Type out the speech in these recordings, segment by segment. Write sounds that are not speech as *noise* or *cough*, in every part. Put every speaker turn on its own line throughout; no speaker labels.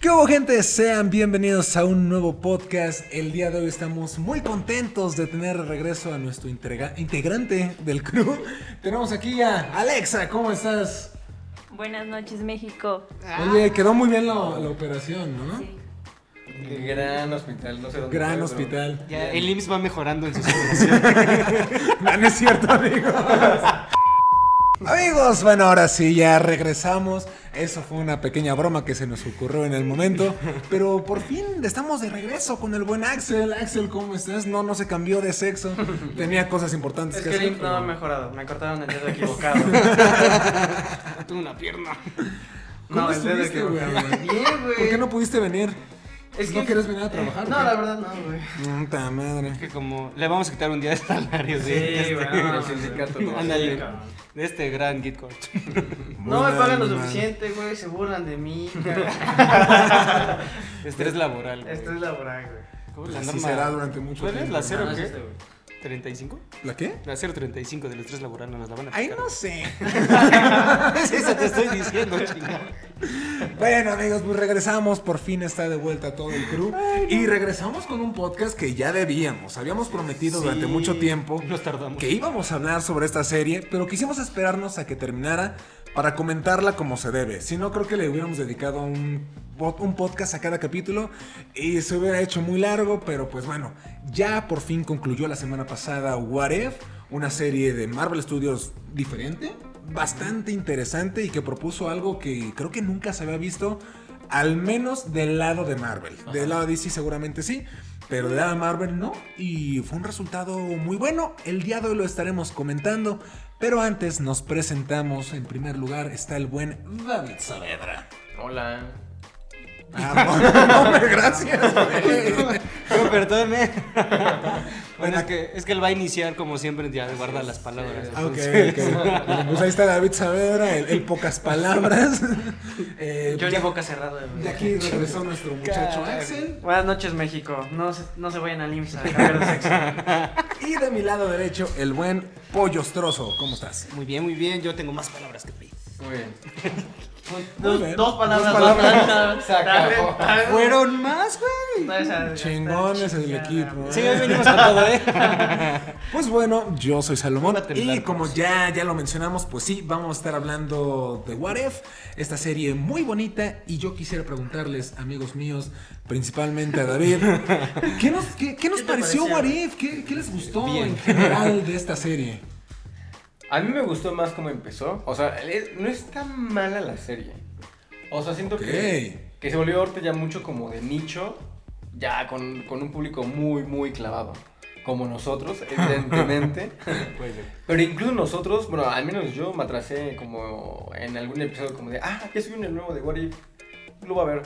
¿Qué hubo gente? Sean bienvenidos a un nuevo podcast. El día de hoy estamos muy contentos de tener de regreso a nuestro integra- integrante del crew. *laughs* Tenemos aquí a Alexa, ¿cómo estás?
Buenas noches, México.
Oye, quedó muy bien la, la operación, ¿no?
Sí.
Gran hospital, no sé dónde.
Gran
fue,
hospital.
Ya, el IMSS va mejorando en sus operaciones.
*laughs* No, no es cierto, amigos. Amigos, bueno, ahora sí, ya regresamos. Eso fue una pequeña broma que se nos ocurrió en el momento. Pero por fin estamos de regreso con el buen Axel. Axel, ¿cómo estás? No, no se cambió de sexo. Tenía cosas
pero-
importantes
Es
que
que el
hacer.
IMSS no ha
pero-
mejorado, me cortaron el
*laughs*
dedo equivocado.
*laughs* Tengo una pierna.
¿Cómo
No, el dedo
estuviste, güey?
equivocado. Bien, güey.
¿Por qué no pudiste venir?
Es
¿No
que- eh,
quieres venir a trabajar?
No, la verdad no, güey.
Puta madre.
Que como le vamos a quitar un día de salario de, de
Sí,
este, *laughs*
güey, no, el sindicato. no,
ándale,
sí, cabrón.
de este gran Gitcourt.
No me
Una
pagan lo
madre.
suficiente, güey, se burlan
*laughs*
de mí. *laughs*
Estrés laboral. güey.
Esto es laboral, güey.
¿Cómo
Pues
es la
así
norma?
será durante mucho
¿Cuál es
tiempo.
la cero
No, no
qué?
existe, güey.
¿35?
¿La qué?
La 035 del estrés laboral no nos la van a
Ay,
quitar. *laughs*
no
*laughs*
sé. *laughs*
Esa te estoy diciendo, chingada.
Bueno amigos, pues regresamos, por fin está de vuelta todo el crew y regresamos con un podcast que ya debíamos, habíamos prometido durante
Sí,
mucho tiempo
nos tardamos.
que íbamos a hablar sobre esta serie, pero quisimos esperarnos a que terminara para comentarla como se debe, si no creo que le hubiéramos dedicado un, pod- un podcast a cada capítulo y se hubiera hecho muy largo, pero pues bueno, ya por fin concluyó la semana pasada What If, una serie de Marvel Studios diferente bastante interesante y que propuso algo que creo que nunca se había visto, al menos del lado de Marvel. Del lado de DC seguramente sí, pero del lado de Marvel no. Y fue un resultado muy bueno. El día de hoy lo estaremos comentando, pero antes nos presentamos. En primer lugar está el buen David Saavedra.
Hola.
Ah, no, hombre, gracias. güey.
*laughs*
No, perdónme.
Bueno,
Bueno, es que, es que él va a iniciar como siempre, ya guarda las palabras.
sí.
Ah, ok,
entonces.
ok. Pues ahí está David Saavedra, el, el pocas palabras. Eh,
Johnny
ya-
Boca Cerrada,
de
güey.
aquí regresó nuestro muchacho
Caray.
Axel.
Buenas noches, México. No se, no se vayan al IMSS a cambiar
*laughs*
de sexo.
Y de mi lado derecho, el buen Pollostroso. ¿Cómo estás?
*laughs* Muy bien, muy bien. Yo tengo más palabras que pedir.
Muy bien.
Muy
Dos,
bien.
dos palabras,
Dos
dos
palabras.
palabras. Se acabó.
Fueron más, güey.
No, esa- esa-
Chingones el
chingada,
equipo.
Sí, hoy venimos con todo, ¿eh?
Pues bueno, yo soy Salomón.
Fíjate,
Y
Blanco.
como ya, ya lo mencionamos, pues sí, vamos a estar hablando de What If, esta serie muy bonita. Y yo quisiera preguntarles, amigos míos, principalmente a David, ¿qué nos, qué, qué nos
¿Qué te
pareció
pareció?
What If? ¿Qué, qué les gustó
Bien.
en general de esta serie?
A mí me gustó más cómo empezó. O sea, es- no es tan mala la serie. O sea, siento que, que se volvió ahorita ya mucho como de nicho, ya con, con un público muy, muy clavado. Como nosotros, evidentemente. Pero incluso nosotros, bueno, al menos yo me atrasé como en algún episodio como de, ah, ya soy un nuevo de What If, lo voy a ver.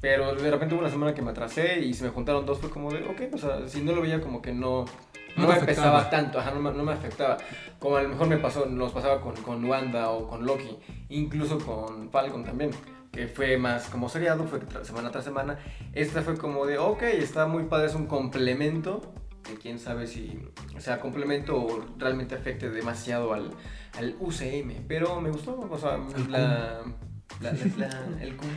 Pero de repente hubo una semana que me atrasé y se me juntaron dos, fue como de, ok, o sea, si no lo veía como que
No
no, no,
te
me
afectaba.
pesaba tanto, ajá, no, me- no me afectaba. Como a lo mejor me pasó, nos pasaba con, con Wanda o con Loki, incluso con Falcon también, que fue más como seriado, fue tra- semana tras semana. Esta fue como de, ok, está muy padre, es un complemento, que quién sabe si sea complemento o realmente afecte demasiado al, al UCM, pero me gustó, o sea, la... La, la- la- el cum.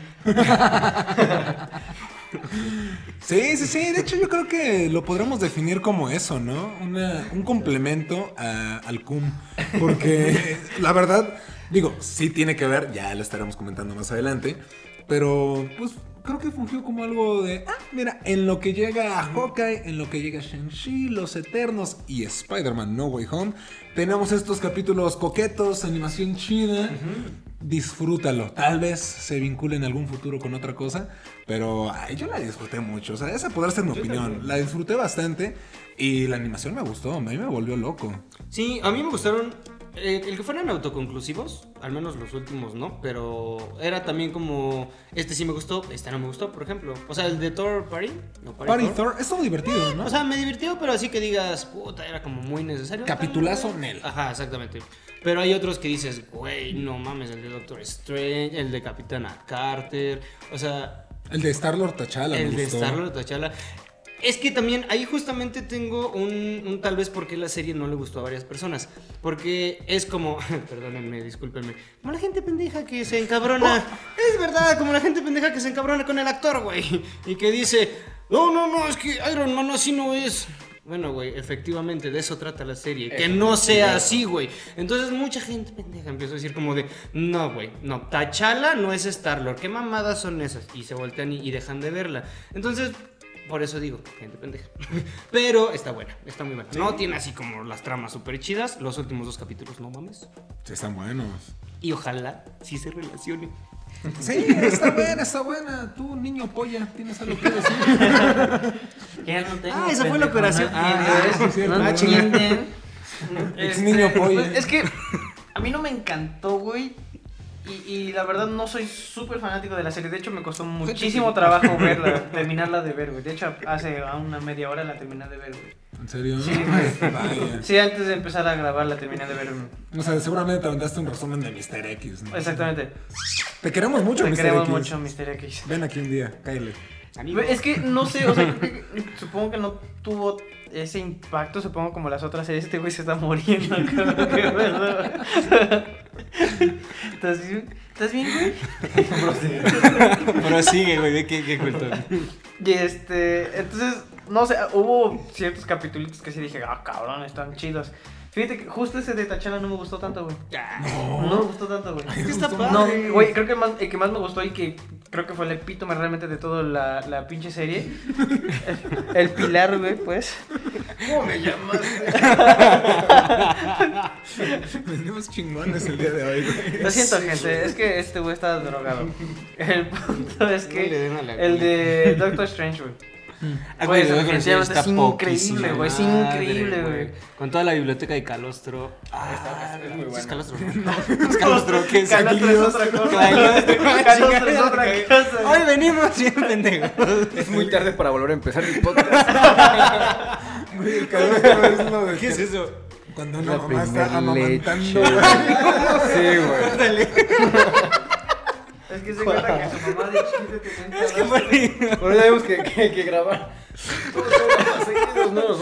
Sí, sí, sí. De hecho, yo creo que lo podríamos definir como eso, ¿no? Una- un complemento a- al CUM. Porque la verdad, digo, sí tiene que ver, ya lo estaremos comentando más adelante. Pero, pues, creo que fungió como algo de. Ah, mira, en lo que llega Hawkeye, en lo que llega Shang-Chi, Los Eternos y Spider-Man No Way Home, tenemos estos capítulos coquetos, animación chida. Disfrútalo. Tal vez se vincule en algún futuro con otra cosa, pero ay, yo la disfruté mucho. O sea, esa podrá ser mi opinión. La disfruté bastante y la animación me gustó. A mí me volvió loco.
Sí, a mí me gustaron. eh, el que fueran autoconclusivos, al menos los últimos, ¿no? Pero era también como. Este sí me gustó, este no me gustó, por ejemplo. O sea, el de Thor Party. No, Party
Party
Thor.
Thor, estuvo divertido, ¿no?
Eh, O sea, me divirtió, pero así que digas, puta, era como muy necesario.
Capitulazo, Nel.
Ajá, exactamente. Pero hay otros que dices, güey, no mames, el de Doctor Strange, el de Capitana Carter, o sea,
el de Star-Lord T'Challa me
el de
gustó.
Star-Lord T'Challa. Es que también ahí justamente tengo un, un tal vez por qué la serie no le gustó a varias personas. Porque es como, *laughs* perdónenme, discúlpenme, como la gente pendeja que se encabrona.
Oh.
Es verdad, como la gente pendeja que se encabrona con el actor, güey. Y que dice, no, no, no, es que Iron Man así no es. Bueno, güey, efectivamente, de eso trata la serie. Que no sea así, güey. Entonces mucha gente pendeja empezó a decir como de, no, güey, no, Tachala no es Star-Lord. ¿Qué mamadas son esas? Y se voltean y, y dejan de verla. Entonces, por eso digo, gente pendeja. *laughs* Pero está buena, está muy buena. No tiene así como las tramas súper chidas. Los últimos dos capítulos, no mames.
Sí, están buenos.
Y ojalá sí se relacione.
Sí, está buena, está buena. Tú, niño polla, tienes algo que decir.
Ya no tengo.
Ah, esa fue
pendejo,
la operación.
No
Ah,
entienden,
sí, cierto.
no
Ah, chinga.
entienden.
Ex
Este, *laughs*
niño pollo.
Es que a mí no me encantó, güey. Y, y la verdad no soy súper fanático de la serie. De hecho, me costó muchísimo
*laughs*
trabajo verla, terminarla de ver, güey. De hecho, hace a una media hora la terminé de ver, güey.
¿En serio?
Sí, güey.
Vaya.
Sí, antes de empezar a grabar la terminé de ver. güey.
O sea, seguramente te aventaste un resumen de Mr. X, ¿no?
Exactamente.
Te queremos mucho,
Te
Mr.
queremos
X.
mucho, Misterio X.
Ven aquí un día, cállate.
Amigo.
Es que no sé, o sea, creo que- *laughs* supongo que no tuvo ese impacto, supongo como las otras series, este güey se está muriendo. *laughs* cabrón, qué pedo. ¿Estás bien? ¿Estás bien, güey?
Pero sigue, güey, ve qué, qué cuento. *laughs*
Y este, entonces, no sé, hubo ciertos capítulos que sí dije, ah, cabrón, están chidos. Fíjate que justo ese de Tachana no me gustó tanto, güey. No, me gustó tanto, güey.
que está
No,
padre.
güey, creo que el, más, el que más me gustó y que creo que fue el epítome realmente de toda la, la pinche serie. El, el pilar, güey, pues.
¿Cómo me llamas?
Venimos chingones el día de hoy, güey.
Lo siento, gente, es que este güey está drogado. El punto es
No le
que
den a la-
el de Doctor Strange, güey.
Ah, güey,
Güey,
el de
definitivamente
Doctor Strange
es
está
increíble,
poquísima
güey, es
madre,
increíble, güey.
Con toda la biblioteca de Calostro. Ah,
está- es muy
sí
bueno.
Calostro. No, *laughs* es Calostro, ¿qué es?
Calostro es otra cosa. *laughs* Calostro es otra cosa.
este Hoy venimos bien pendejos.
Es muy tarde para volver a empezar el podcast.
Güey, el calostro es lo de
¿Qué
que-
es eso?
Cuando
La
una mamá está
primer
amamantando,
leche.
güey.
Sí, güey.
Es que se cuenta que su mamá de chiquito tenía
Es que fue-
Bueno, ya vimos que, que, que grabar. Todos no nos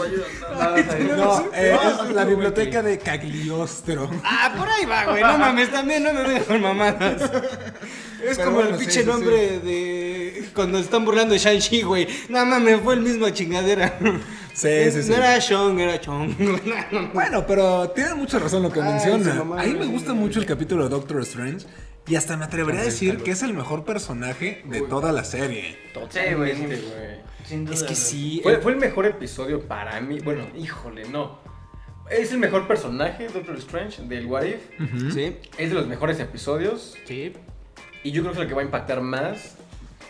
*laughs*
ayudan
No, eh, es la biblioteca de Cagliostro.
Ah, por ahí va, güey. No mames, también no me vengas con mamadas. Es
Pero
como
bueno,
el
sí,
pinche
sí,
nombre de. Cuando están burlando de Shang-Chi, güey. No mames, fue el mismo chingadera.
Sí, sí, sí.
No era Shong, era Chong. *laughs* No, no.
Bueno, pero tiene mucha razón lo que
Ay,
menciona.
su mamá,
a mí me
güey.
gusta mucho el capítulo de Doctor Strange. Y hasta me atrevería a decir que es el mejor personaje de toda la serie.
Sí, güey, sí.
Totalmente, güey.
Sin duda,
Es que
güey.
sí.
Fue, fue el mejor episodio para mí. Bueno, híjole, no. Es el mejor personaje, Doctor Strange, del What If.
Sí,
Es de los mejores episodios.
sí.
Y yo creo que es lo que va a impactar más.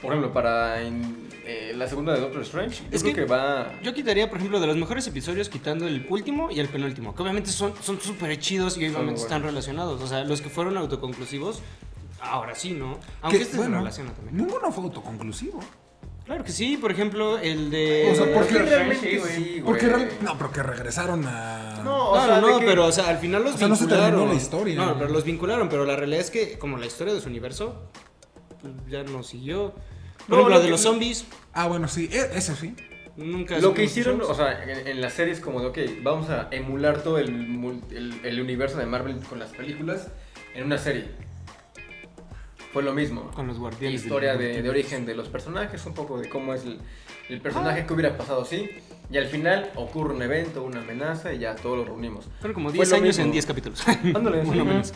Por ejemplo, para en, eh, la segunda de Doctor Strange. Yo
Es
creo
que-
que, va.
Yo quitaría, por ejemplo, de los mejores episodios, quitando el último y el penúltimo. Que obviamente son son súper chidos y obviamente
muy
están relacionados. O sea, los que fueron autoconclusivos, ahora sí, ¿no? Aunque
Que,
este
bueno,
se relaciona también.
Ninguno fue autoconclusivo.
Claro que sí, por ejemplo, el de.
O sea, ¿por qué
Doctor Strange,
realmente
sí, güey.
Porque realmente. No, porque regresaron a.
No,
No,
o sea,
no,
de
no,
que-
pero o sea, al final los
O sea, no se
vincularon.
terminó la historia.
No, pero los vincularon, pero la realidad es que como la historia de su universo pues, ya no siguió. Por
No,
ejemplo,
lo
la de
que-
los zombies
Ah, bueno, sí, e- ese sí.
nunca
Lo
supimos
que hicieron,
pasó.
o sea, en, en las series como de, ok, vamos a emular todo el, mul- el, el universo de Marvel con las películas en una serie. Fue lo mismo.
con los
La
guardianes del
historia de,
multiverso.
de origen de los personajes, un poco de cómo es el, el
Ah.
personaje que hubiera pasado así. Y al final ocurre un evento, una amenaza y ya todos lo reunimos.
Fueron como
Fue
10
lo
años
mismo.
en 10 capítulos.
Ándale, sí.
Uno menos.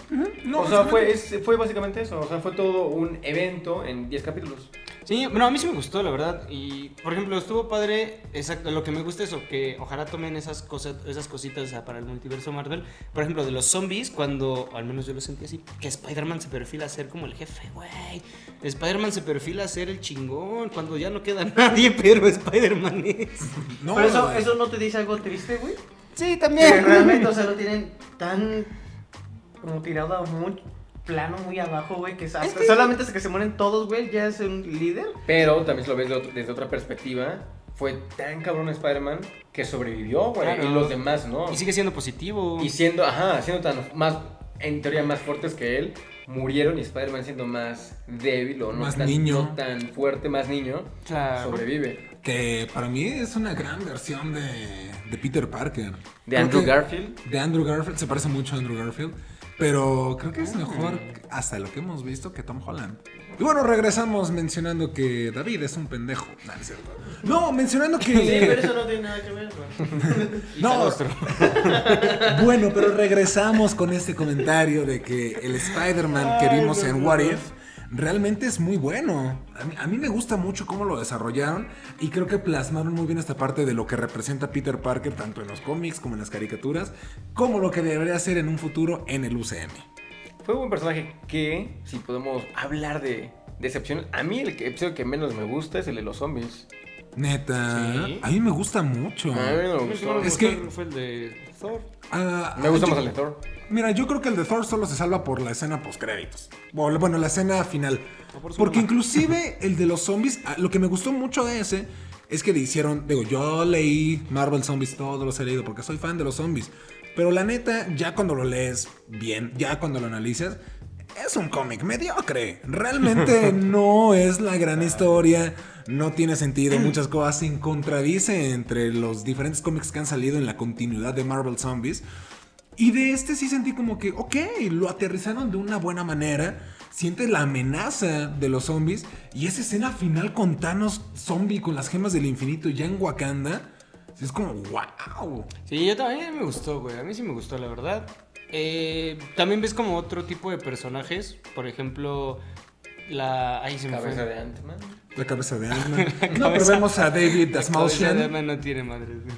o sea, fue, es- fue básicamente eso. O sea, fue todo un evento en 10 capítulos.
Sí, bueno, a mí sí me gustó, la verdad. Y, por ejemplo, estuvo padre, exacto, lo que me gusta es eso, que ojalá tomen esas cosas, esas cositas o sea, para el multiverso Marvel. Por ejemplo, de los zombies, cuando, o al menos yo lo sentí así, que Spider-Man se perfila a ser como el jefe, güey. Spider-Man se perfila a ser el chingón, cuando ya no queda *laughs* nadie, pero Spider-Man es.
No,
Pero eso,
güey.
eso no te dice algo triste, güey.
Sí,
Que
también.
realmente, o sea, lo tienen tan como tirado a muy plano, muy abajo, güey. Que, hasta- solamente hasta que se mueren todos, güey, ya es un líder.
Pero también si lo ves de ot- desde otra perspectiva. Fue tan cabrón Spider-Man que sobrevivió, güey.
Claro.
Y los demás, ¿no?
Y sigue siendo positivo.
Y siendo, ajá, siendo tan más, en teoría más fuertes que él, murieron y Spider-Man siendo más débil o no,
Más
tan,
niño. Ah.
no tan fuerte, más niño,
Claro.
sobrevive.
que para mí es una gran versión de, de Peter Parker.
¿De
Creo
Andrew
que-
Garfield?
De Andrew Garfield, se parece mucho a Andrew Garfield. Pero creo que es mejor hasta lo que hemos visto que Tom Holland. Y bueno, regresamos mencionando que David es un pendejo. No, no es cierto. No, mencionando que.
*laughs* Sí, pero eso no tiene nada que ver, güey.
No. *laughs* bueno, pero regresamos con este comentario de que el Spider-Man que vimos en What If realmente es muy bueno. A mí, a mí me gusta mucho cómo lo desarrollaron y creo que plasmaron muy bien esta parte de lo que representa Peter Parker tanto en los cómics como en las caricaturas, como lo que debería ser en un futuro en el UCM.
Fue un buen personaje que, si podemos hablar de decepción, a mí el que- episodio que menos me gusta es el de los zombies.
Neta,
Sí.
a mí me gusta mucho.
A mí no me
que no
gustó.
me
Es
gustó
que-
Fue el de Thor.
Ah,
Me gusta
yo-
más el de Thor.
Mira, yo creo que el de Thor solo se salva por la escena postcréditos. O, Bueno, la escena final.
O por su
Porque
mamá.
inclusive el de los zombies, ah, lo que me gustó mucho de ese es que le hicieron, digo, yo leí Marvel Zombies, todos los he leído porque soy fan de los zombies. Pero la neta, ya cuando lo lees bien, ya cuando lo analizas, es un cómic mediocre. Realmente no es la gran historia, no tiene sentido, muchas cosas se contradice entre los diferentes cómics que han salido en la continuidad de Marvel Zombies. Y de este sí sentí como que, ok, lo aterrizaron de una buena manera. Sientes la amenaza de los zombies. Y esa escena final con Thanos zombie con las gemas del infinito ya en Wakanda. Es como, wow.
Sí, yo también me gustó, güey. A mí sí me gustó, la verdad. Eh, también ves como otro tipo de personajes. Por ejemplo, la. Ahí se me
Cabeza
fue.
de Ant-Man.
La cabeza de
*laughs*
Ant-Man. No, pero
cabeza-
vemos a David
*laughs* La cabeza de
Dasmalchian.
Ant-Man no tiene madre, güey.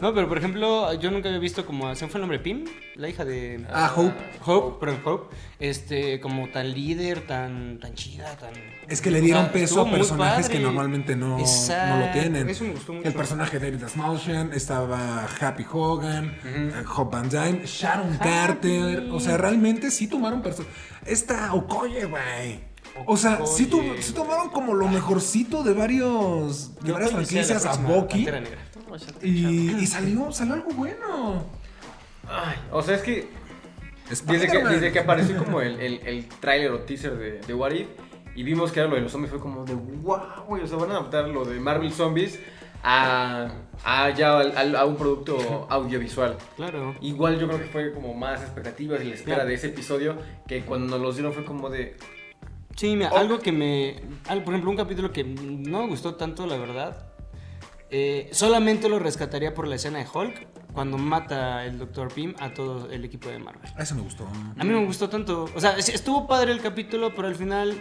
No, pero por ejemplo, yo nunca había visto como. a- ¿Se me fue el nombre? ¿Pim? La hija de.
Ah, Hope.
Hope, perdón, Hope. Este, como tan líder, tan, tan chida, tan.
Es que le dieron
O sea,
peso
estuvo
a
muy
personajes
padre.
que normalmente no,
Exacto.
no lo tienen.
Eso me gustó mucho.
El personaje de David Dasmalchian, estaba Happy Hogan, eh, Hop Van Dyne, Sharon Carter. O sea, realmente sí tomaron personas. Esta Okoye, güey. O sea, sí, tu-
Okoye,
sí tomaron como lo mejorcito de varios de
Yo
varias
pensé la
franquicias a
próxima
Bucky.
Pantera Negra.
O sea,
Y, y salió, salió algo bueno.
Ay, o sea, es que desde que,
Spider-Man.
desde que apareció como el, el, el tráiler o teaser de, de What If y vimos que era lo de los zombies, fue como de wow, güey, o sea, van a adaptar lo de Marvel Zombies a, a, ya, al- al- a un producto audiovisual.
Claro.
Igual yo creo que fue como más expectativas y la espera
Claro.
de ese episodio que cuando nos los dieron fue como de
Sí, mira, algo que me. al- por ejemplo, un capítulo que no me gustó tanto, la verdad. eh, solamente lo rescataría por la escena de Hulk cuando mata el Dr. Pym a todo el equipo de Marvel.
Eso Ah, me gustó.
A mí me gustó tanto. O sea, es- estuvo padre el capítulo, pero al final.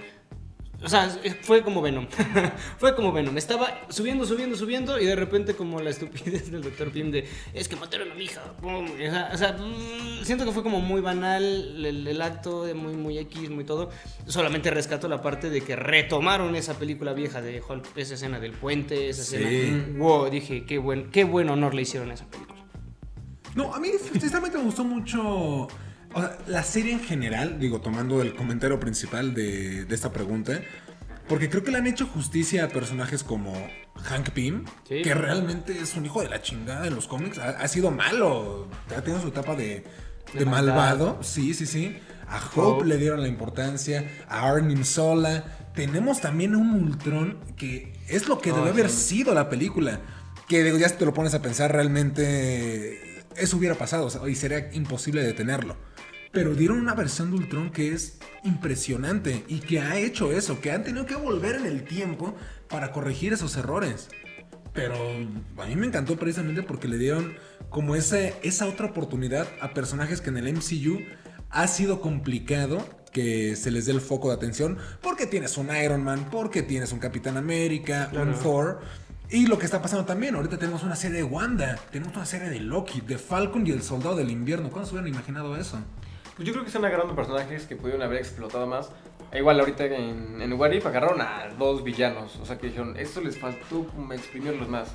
O sea, es- fue como Venom. *laughs* fue como Venom. Estaba subiendo, subiendo, subiendo y de repente como la estupidez del Dr. Pym de es que mataron a mi hija. pum", y, O sea, o sea, mm, siento que fue como muy banal el, el acto, de muy, muy X, muy todo. Solamente rescato la parte de que retomaron esa película vieja de Hulk, esa escena del puente, esa
Sí.
escena. Mm, Wow, dije, qué buen, qué buen honor le hicieron a esa película.
No, a mí sinceramente me gustó mucho. O sea, la serie en general, digo, tomando el comentario principal de, de esta pregunta, porque creo que le han hecho justicia a personajes como Hank Pym,
Sí.
que realmente es un hijo de la chingada en los cómics. Ha, ha sido malo, ha tenido su etapa de,
De
de
maldad.
malvado. Sí, sí, sí. A Hope
Hope.
le dieron la importancia, a Arnim Sola. Tenemos también un Ultron que es lo que debe haber sido la película. Que digo, ya si te lo pones a pensar, realmente eso hubiera pasado o sea, y sería imposible detenerlo. Pero dieron una versión de Ultron que es impresionante y que ha hecho eso, que han tenido que volver en el tiempo para corregir esos errores. Pero a mí me encantó precisamente porque le dieron como ese, esa otra oportunidad a personajes que en el MCU ha sido complicado que se les dé el foco de atención porque tienes un Iron Man, porque tienes un Capitán América, un Thor. Y lo que está pasando también, ahorita tenemos una serie de Wanda, tenemos una serie de Loki, de Falcon y el Soldado del Invierno. ¿Cuándo se hubieran imaginado eso?
Pues yo creo que están agarrando personajes que pudieron haber explotado más. E Igual ahorita en, en What If agarraron a dos villanos. O sea que dijeron, esto les faltó como exprimirlos más.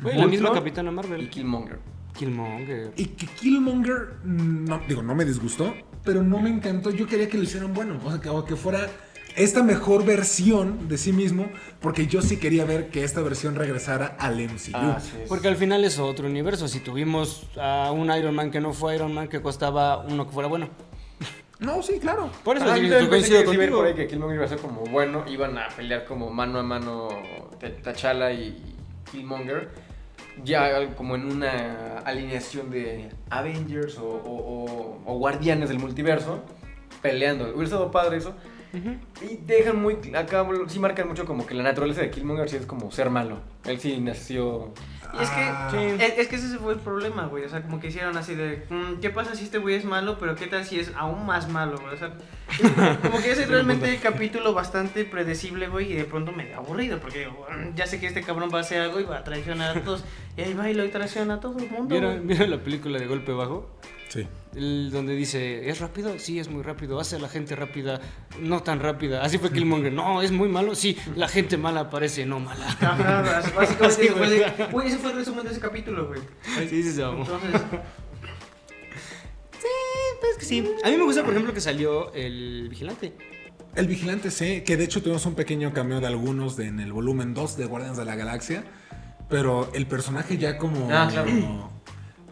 Güey, la misma
Ultron
Capitana
Y
Marvel.
Killmonger.
Killmonger.
Y que Killmonger, mm, no, digo, no me disgustó, pero no me encantó. Yo quería que lo hicieran bueno, o sea, que, o que fuera esta mejor versión de sí mismo, porque yo sí quería ver que esta versión regresara al MCU.
Ah,
Porque al final es otro universo. Si tuvimos a un Iron Man que no fue Iron Man, que costaba uno que fuera bueno.
No, sí, claro.
Por eso
Ah,
sí,
yo también pensé
coincido
que sí ver
contigo.
por ahí que Killmonger iba a ser como bueno, iban a pelear como mano a mano T- T'Challa y, Killmonger, ya como en una alineación de Avengers o, o- o- o Guardianes del Multiverso, peleando. Hubiera estado padre eso. Y dejan muy, cl- acá sí marcan mucho como que la naturaleza de Killmonger sí es como ser malo. Él sí nació...
Y es que,
Ah.
Sí.
es, es que ese fue el problema, güey. O sea, como que hicieron así de, mm, ¿qué pasa si este güey es malo? Pero ¿qué tal si es aún más malo, güey? O sea, *laughs* como que ese es realmente capítulo bastante predecible, güey, y de pronto medio aburrido, porque mm, ya sé que este cabrón va a hacer algo y va a traicionar a todos. Y ahí va y lo traiciona a todo el mundo.
¿Vieron,
güey.
vieron la película de Golpe Bajo?
Sí.
El donde dice, ¿es rápido? Sí, es muy rápido. Hace a la gente rápida, no tan rápida. Así fue Killmonger. No, es muy malo. Sí, la gente mala parece no mala.
Ajá, básicamente
Así,
fue
güey.
de- güey, ese fue el resumen de ese capítulo, güey.
Sí, sí, se mamó. *laughs*
Entonces,
Pues que sí. A mí me gusta, por ejemplo, que salió el vigilante.
El Vigilante C, que de hecho tuvimos un pequeño cambio de algunos de- en el volumen 2 de Guardianes de la Galaxia, pero el personaje ya como...
Ah, claro.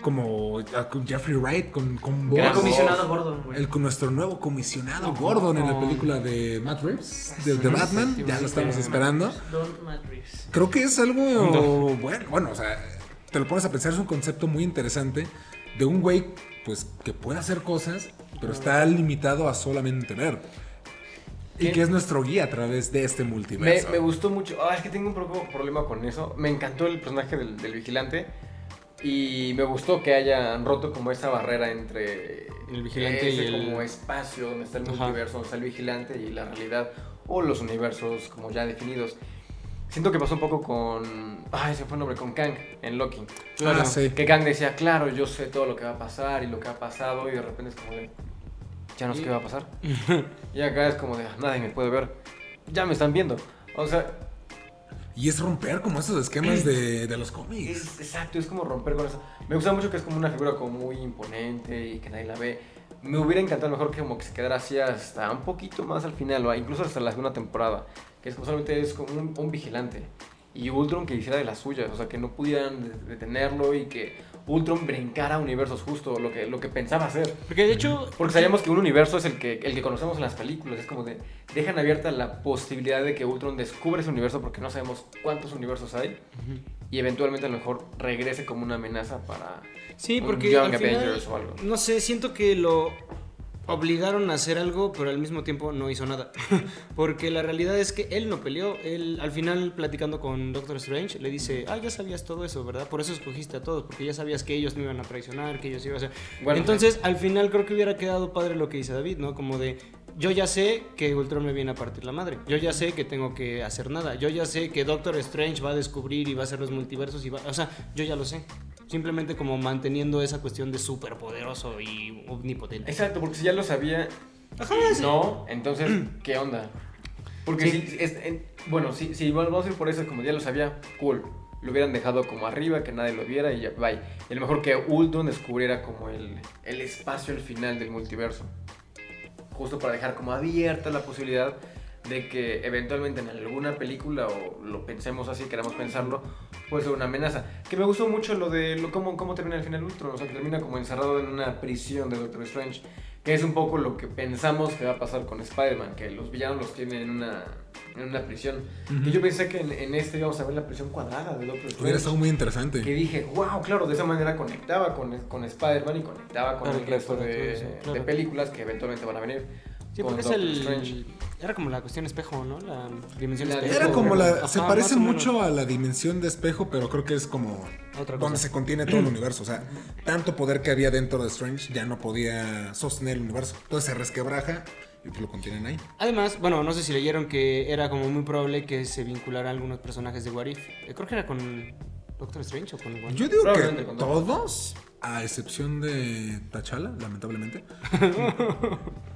Como ya con Jeffrey Wright, con, con voz.
el
Gran
comisionado Gordon, güey.
El, con nuestro nuevo comisionado Gordon en la película de Matt Reeves, de, de Batman, ya lo estamos esperando.
Don Matt Reeves.
Creo que es algo bueno, bueno, o sea, te lo pones a pensar, es un concepto muy interesante de un güey, pues, que puede hacer cosas, pero está limitado a solamente ver. Y
¿Qué?
que es nuestro guía a través de este
Me,
multiverso.
me gustó mucho. Ah, es que tengo un poco problema con eso. Me encantó el personaje del, del vigilante. Y me gustó que hayan roto como esa barrera entre
El vigilante y
ese
el-
como espacio donde está el
Ajá.
multiverso, donde está el vigilante y la realidad o los universos como ya definidos. Siento que pasó un poco con. Ay, se fue el nombre, con Kang en Loki.
Claro. Ah, sí.
Que Kang decía, claro, yo sé todo lo que va a pasar y lo que ha pasado, y de repente es como de, ya no sé qué va a pasar. *laughs* y acá es como de, nadie me puede ver, ya me están viendo. O sea,
Y es romper como esos esquemas de, de los cómics.
es exacto, es como romper con eso. Me gusta mucho que es como una figura como muy imponente y que nadie la ve. Me hubiera encantado mejor que como que se quedara así hasta un poquito más al final, o incluso hasta la segunda temporada, que es como solamente es como un, un vigilante. Y Ultron que hiciera de las suyas, o sea, que no pudieran de- detenerlo y que Ultron brincara universos justo, lo que, lo que pensaba hacer.
Porque de hecho.
Porque sabíamos que un universo es el que, el que conocemos en las películas. Es como de. Dejan abierta la posibilidad de que Ultron descubra ese universo porque no sabemos cuántos universos hay. Y eventualmente a lo mejor regrese como una amenaza para.
Sí,
un
porque.
Young
al final,
Avengers o algo.
No sé, siento que lo obligaron a hacer algo, pero al mismo tiempo no hizo nada. *laughs* porque la realidad es que él no peleó. Él, al final, platicando con Doctor Strange, le dice: Ah, ya sabías todo eso, ¿verdad? Por eso escogiste a todos, porque ya sabías que ellos no iban a traicionar, que ellos iban a hacer.
Bueno,
Entonces, al final creo que hubiera quedado padre lo que dice David, ¿no? Como de. Yo ya sé que Ultron me viene a partir la madre. Yo ya sé que tengo que hacer nada. Yo ya sé que Doctor Strange va a descubrir y va a hacer los multiversos y va, o sea, yo ya lo sé. Simplemente como manteniendo esa cuestión de superpoderoso y omnipotente.
Exacto, porque si ya lo sabía. y No, entonces, ¿qué onda? Porque
Sí.
si. es- en- bueno, si, si vamos a ir por eso, como ya lo sabía, cool. Lo hubieran dejado como arriba, que nadie lo viera y ya, bye. Y a lo mejor que Ultron descubriera como el, el espacio al final del multiverso. Justo para dejar como abierta la posibilidad de que eventualmente en alguna película, o lo pensemos así, queramos pensarlo, puede ser una amenaza. Que me gustó mucho lo de lo, cómo, cómo termina el final Ultron. O sea, que termina como encerrado en una prisión de Doctor Strange. Que es un poco lo que pensamos que va a pasar con Spider-Man, que los villanos los tienen en una, en una prisión. Que yo pensé que en, en este íbamos a ver la prisión cuadrada de Doctor
Hubiera
Strange.
estado muy
Que
interesante.
dije, wow, claro, de esa manera conectaba con, con Spider-Man y conectaba con
Claro,
el
claro,
resto
claro,
de,
claro,
de
claro.
películas que eventualmente van a venir.
Sí,
con
porque es
Doctor
el...
Strange.
Era como la cuestión espejo, ¿no? La dimensión
La-
espejo.
Era como la. Se
Ajá,
parece
más o menos.
mucho a la dimensión de espejo, pero creo que es como.
Otra cosa.
Donde se contiene
*clears throat*
todo el universo. O sea, tanto poder que había dentro de Strange ya no podía sostener el universo. Entonces se resquebraja y pues lo contienen ahí.
Además, bueno, no sé si leyeron que era como muy probable que se vincularan algunos personajes de Warif. Creo que era con Doctor Strange o con Warif.
Yo digo que
Probablemente con
todos, a excepción de Tachala,
*laughs*
lamentablemente,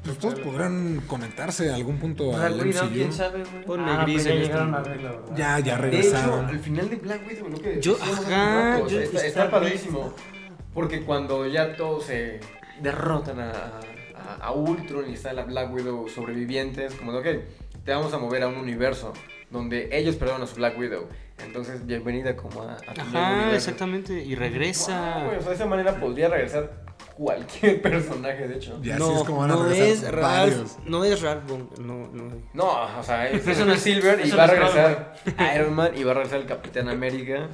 pues todos podrán conectarse a algún punto
O sea,
al
güey, no, quién
MCU.
sabe, güey.
Ponle
Ah,
gris
pues ya
en
llegaron
este
a verlo,
Ya,
¿verdad?
ya
De hecho, al
regresaron.
final de Black Widow, lo que
Yo-
decíamos hace
ajá,
rato, o sea,
yo- está
está, está padrísimo. Porque cuando ya todos se derrotan a, a- a Ultron y está la Black Widow sobreviviente, es como de, ok, te vamos a mover a un universo donde ellos perdieron a su Black Widow. Entonces, bienvenida como a, a tu nuevo
Ajá,
universo.
exactamente. Y regresa.
Guau, güey, o sea, de esa manera podría regresar cualquier *laughs* personaje, de hecho.
Y así
no,
es como van a
no
regresar
es
varios.
Ralph, no es Ralph Bong- no, no.
No, o sea, es
Eso
Silver
no es-
Silver y
eso
va a
no es
regresar Iron Man y va a regresar el Capitán América.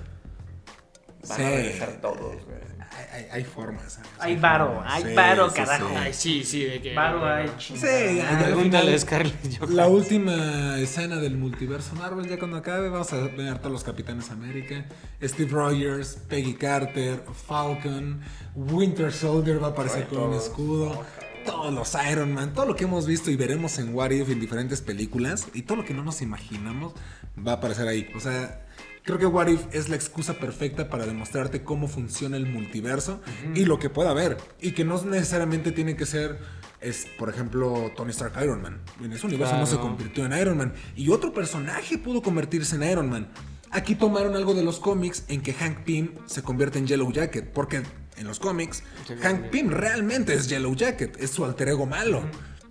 Van
Sí.
a regresar todos, güey.
Hay, hay- hay formas. ¿sabes?
Hay varo, hay varo, carajo.
Ay, sí, sí, de que.
Varo hay
Sí,
chingada.
Sí, ya, ya al
Ah, Pregúntale a
final,
Scarlett
*laughs*
Johansson.
la última escena del multiverso Marvel, ya cuando acabe, vamos a ver todos los Capitanes América, Steve Rogers, Peggy Carter, Falcon, Winter Soldier va a aparecer
Ay,
con un
todos.
escudo, todos los Iron Man, todo lo que hemos visto y veremos en What If en diferentes películas y todo lo que no nos imaginamos va a aparecer ahí. O sea, creo que What If es la excusa perfecta para demostrarte cómo funciona el multiverso y lo que pueda haber. Y que no necesariamente tiene que ser, es, por ejemplo, Tony Stark Iron Man. En ese universo no se
Claro.
convirtió en Iron Man. Y otro personaje pudo convertirse en Iron Man. Aquí tomaron algo de los cómics en que Hank Pym se convierte en Yellow Jacket. Porque en los cómics, Hank Pym realmente es Yellow Jacket. Es su alter ego malo.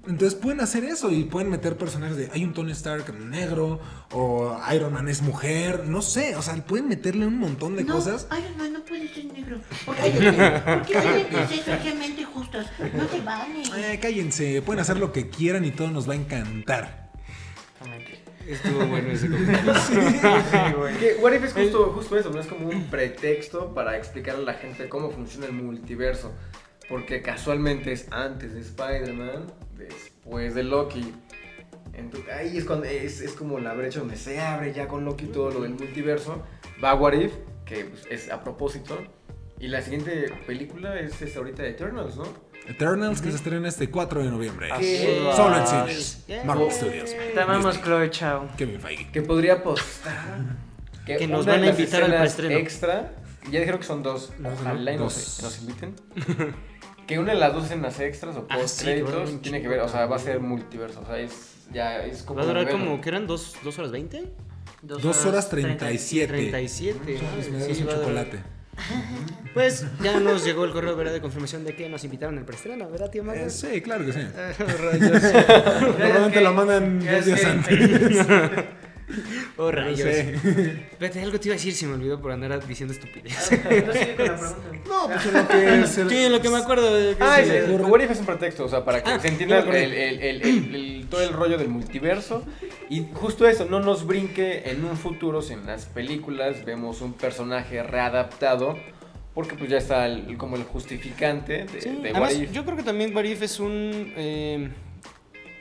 Entonces pueden hacer eso y pueden meter personajes de hay un Tony Stark negro o Iron Man es mujer, no sé, o sea, pueden meterle un montón de cosas.
Ay, no, no puede ser negro. Porque hay porque hay sexualmente justos. No te vale.
Eh, cállense, pueden hacer lo que quieran y todo nos va a encantar.
*laughs* Estuvo bueno ese
*laughs*
comentario.
Sí, güey.
Que What If es justo, justo eso, ¿no? Es como un pretexto para explicarle a la gente cómo funciona el multiverso. Porque casualmente es antes de Spider-Man, después de Loki. Entonces, ahí es, cuando, es, es como la brecha donde se abre ya con Loki todo lo del multiverso. Va What If, que pues, es a propósito. Y la siguiente película es esta ahorita de Eternals, ¿no?
Eternals que se estrena este 4 de noviembre.
Ah,
Así
Eh,
es.
Solo en cines.
Yeah.
Marvel Studios. Este,
Te amamos, Chloe, chao.
*laughs* Kevin Feige.
Que podría
*laughs*
apostar.
Que nos
una de
van a
las
invitar al
escenas
preestreno.
Extra. Ya dijeron que son dos.
No, son
Ojalá y nos,
dos.
nos
*laughs*
inviten. que una de las dos escenas extras o
Ah,
post
sí, que va a haber
créditos
un
tiene que
chingo
ver. O sea, va a
también.
ser multiverso. O sea, es, ya es como.
Va a durar
Venom.
como, que eran dos, dos horas veinte?
2 horas 37.
37.
Chales, me
madre,
das
sí,
un
va a durar.
chocolate.
Pues ya nos llegó el correo ¿verdad? de confirmación de que nos invitaron al preestreno, ¿verdad, tío Mario?
Eh, sí, claro que sí.
Ah, *laughs* rayos.
Normalmente lo mandan dos días
*laughs*
antes.
Oh,
No
rayos.
sé.
Vete, algo te iba a decir, se me olvidó por andar diciendo estupidez.
*laughs* Ah, *laughs* No, pues en lo
*laughs*
que es el-
Sí, lo que me acuerdo. de que
Ah,
se-
es, What If es un pretexto, o sea, para que
Ah,
se entienda
ya me acordé.
el, el- el- el- el- todo el rollo del multiverso. Y justo eso, no nos brinque en un futuro si en las películas vemos un personaje readaptado. Porque pues ya está el- como el justificante de,
Sí,
de What
además,
If.
yo creo que también Barif es un. eh,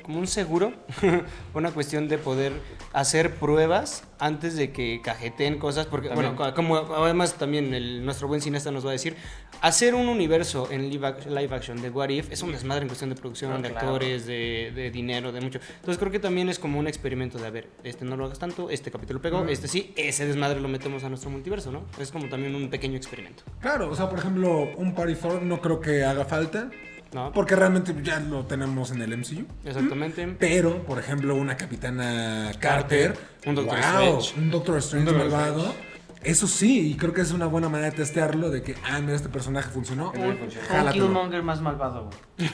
como un seguro, *laughs* una cuestión de poder hacer pruebas antes de que cajeteen cosas, porque,
También.
bueno, co- como además también el- nuestro buen cineasta nos va a decir, hacer un universo en live, ac- live action de What If es un desmadre en cuestión de producción,
Ah,
de
claro.
actores, de, de dinero, de mucho. Entonces creo que también es como un experimento de, a ver, este no lo hagas tanto, este capítulo pegó, este sí, ese desmadre lo metemos a nuestro multiverso, ¿no? Es como también un pequeño experimento,
Claro, o sea, por ejemplo, un Party Four no creo que haga falta.
¿no?
Porque realmente ya lo tenemos en el MCU.
Exactamente.
*laughs*
Pero, por ejemplo, una capitana Carter.
Un Doctor Strange.
Un Doctor Strange
Un Doctor
malvado. Eso sí, y creo que es una buena manera de testearlo: de que, ah, mira, este personaje funcionó.
Que no le funciona.
Un
Jálatelo.
Killmonger más malvado, güey.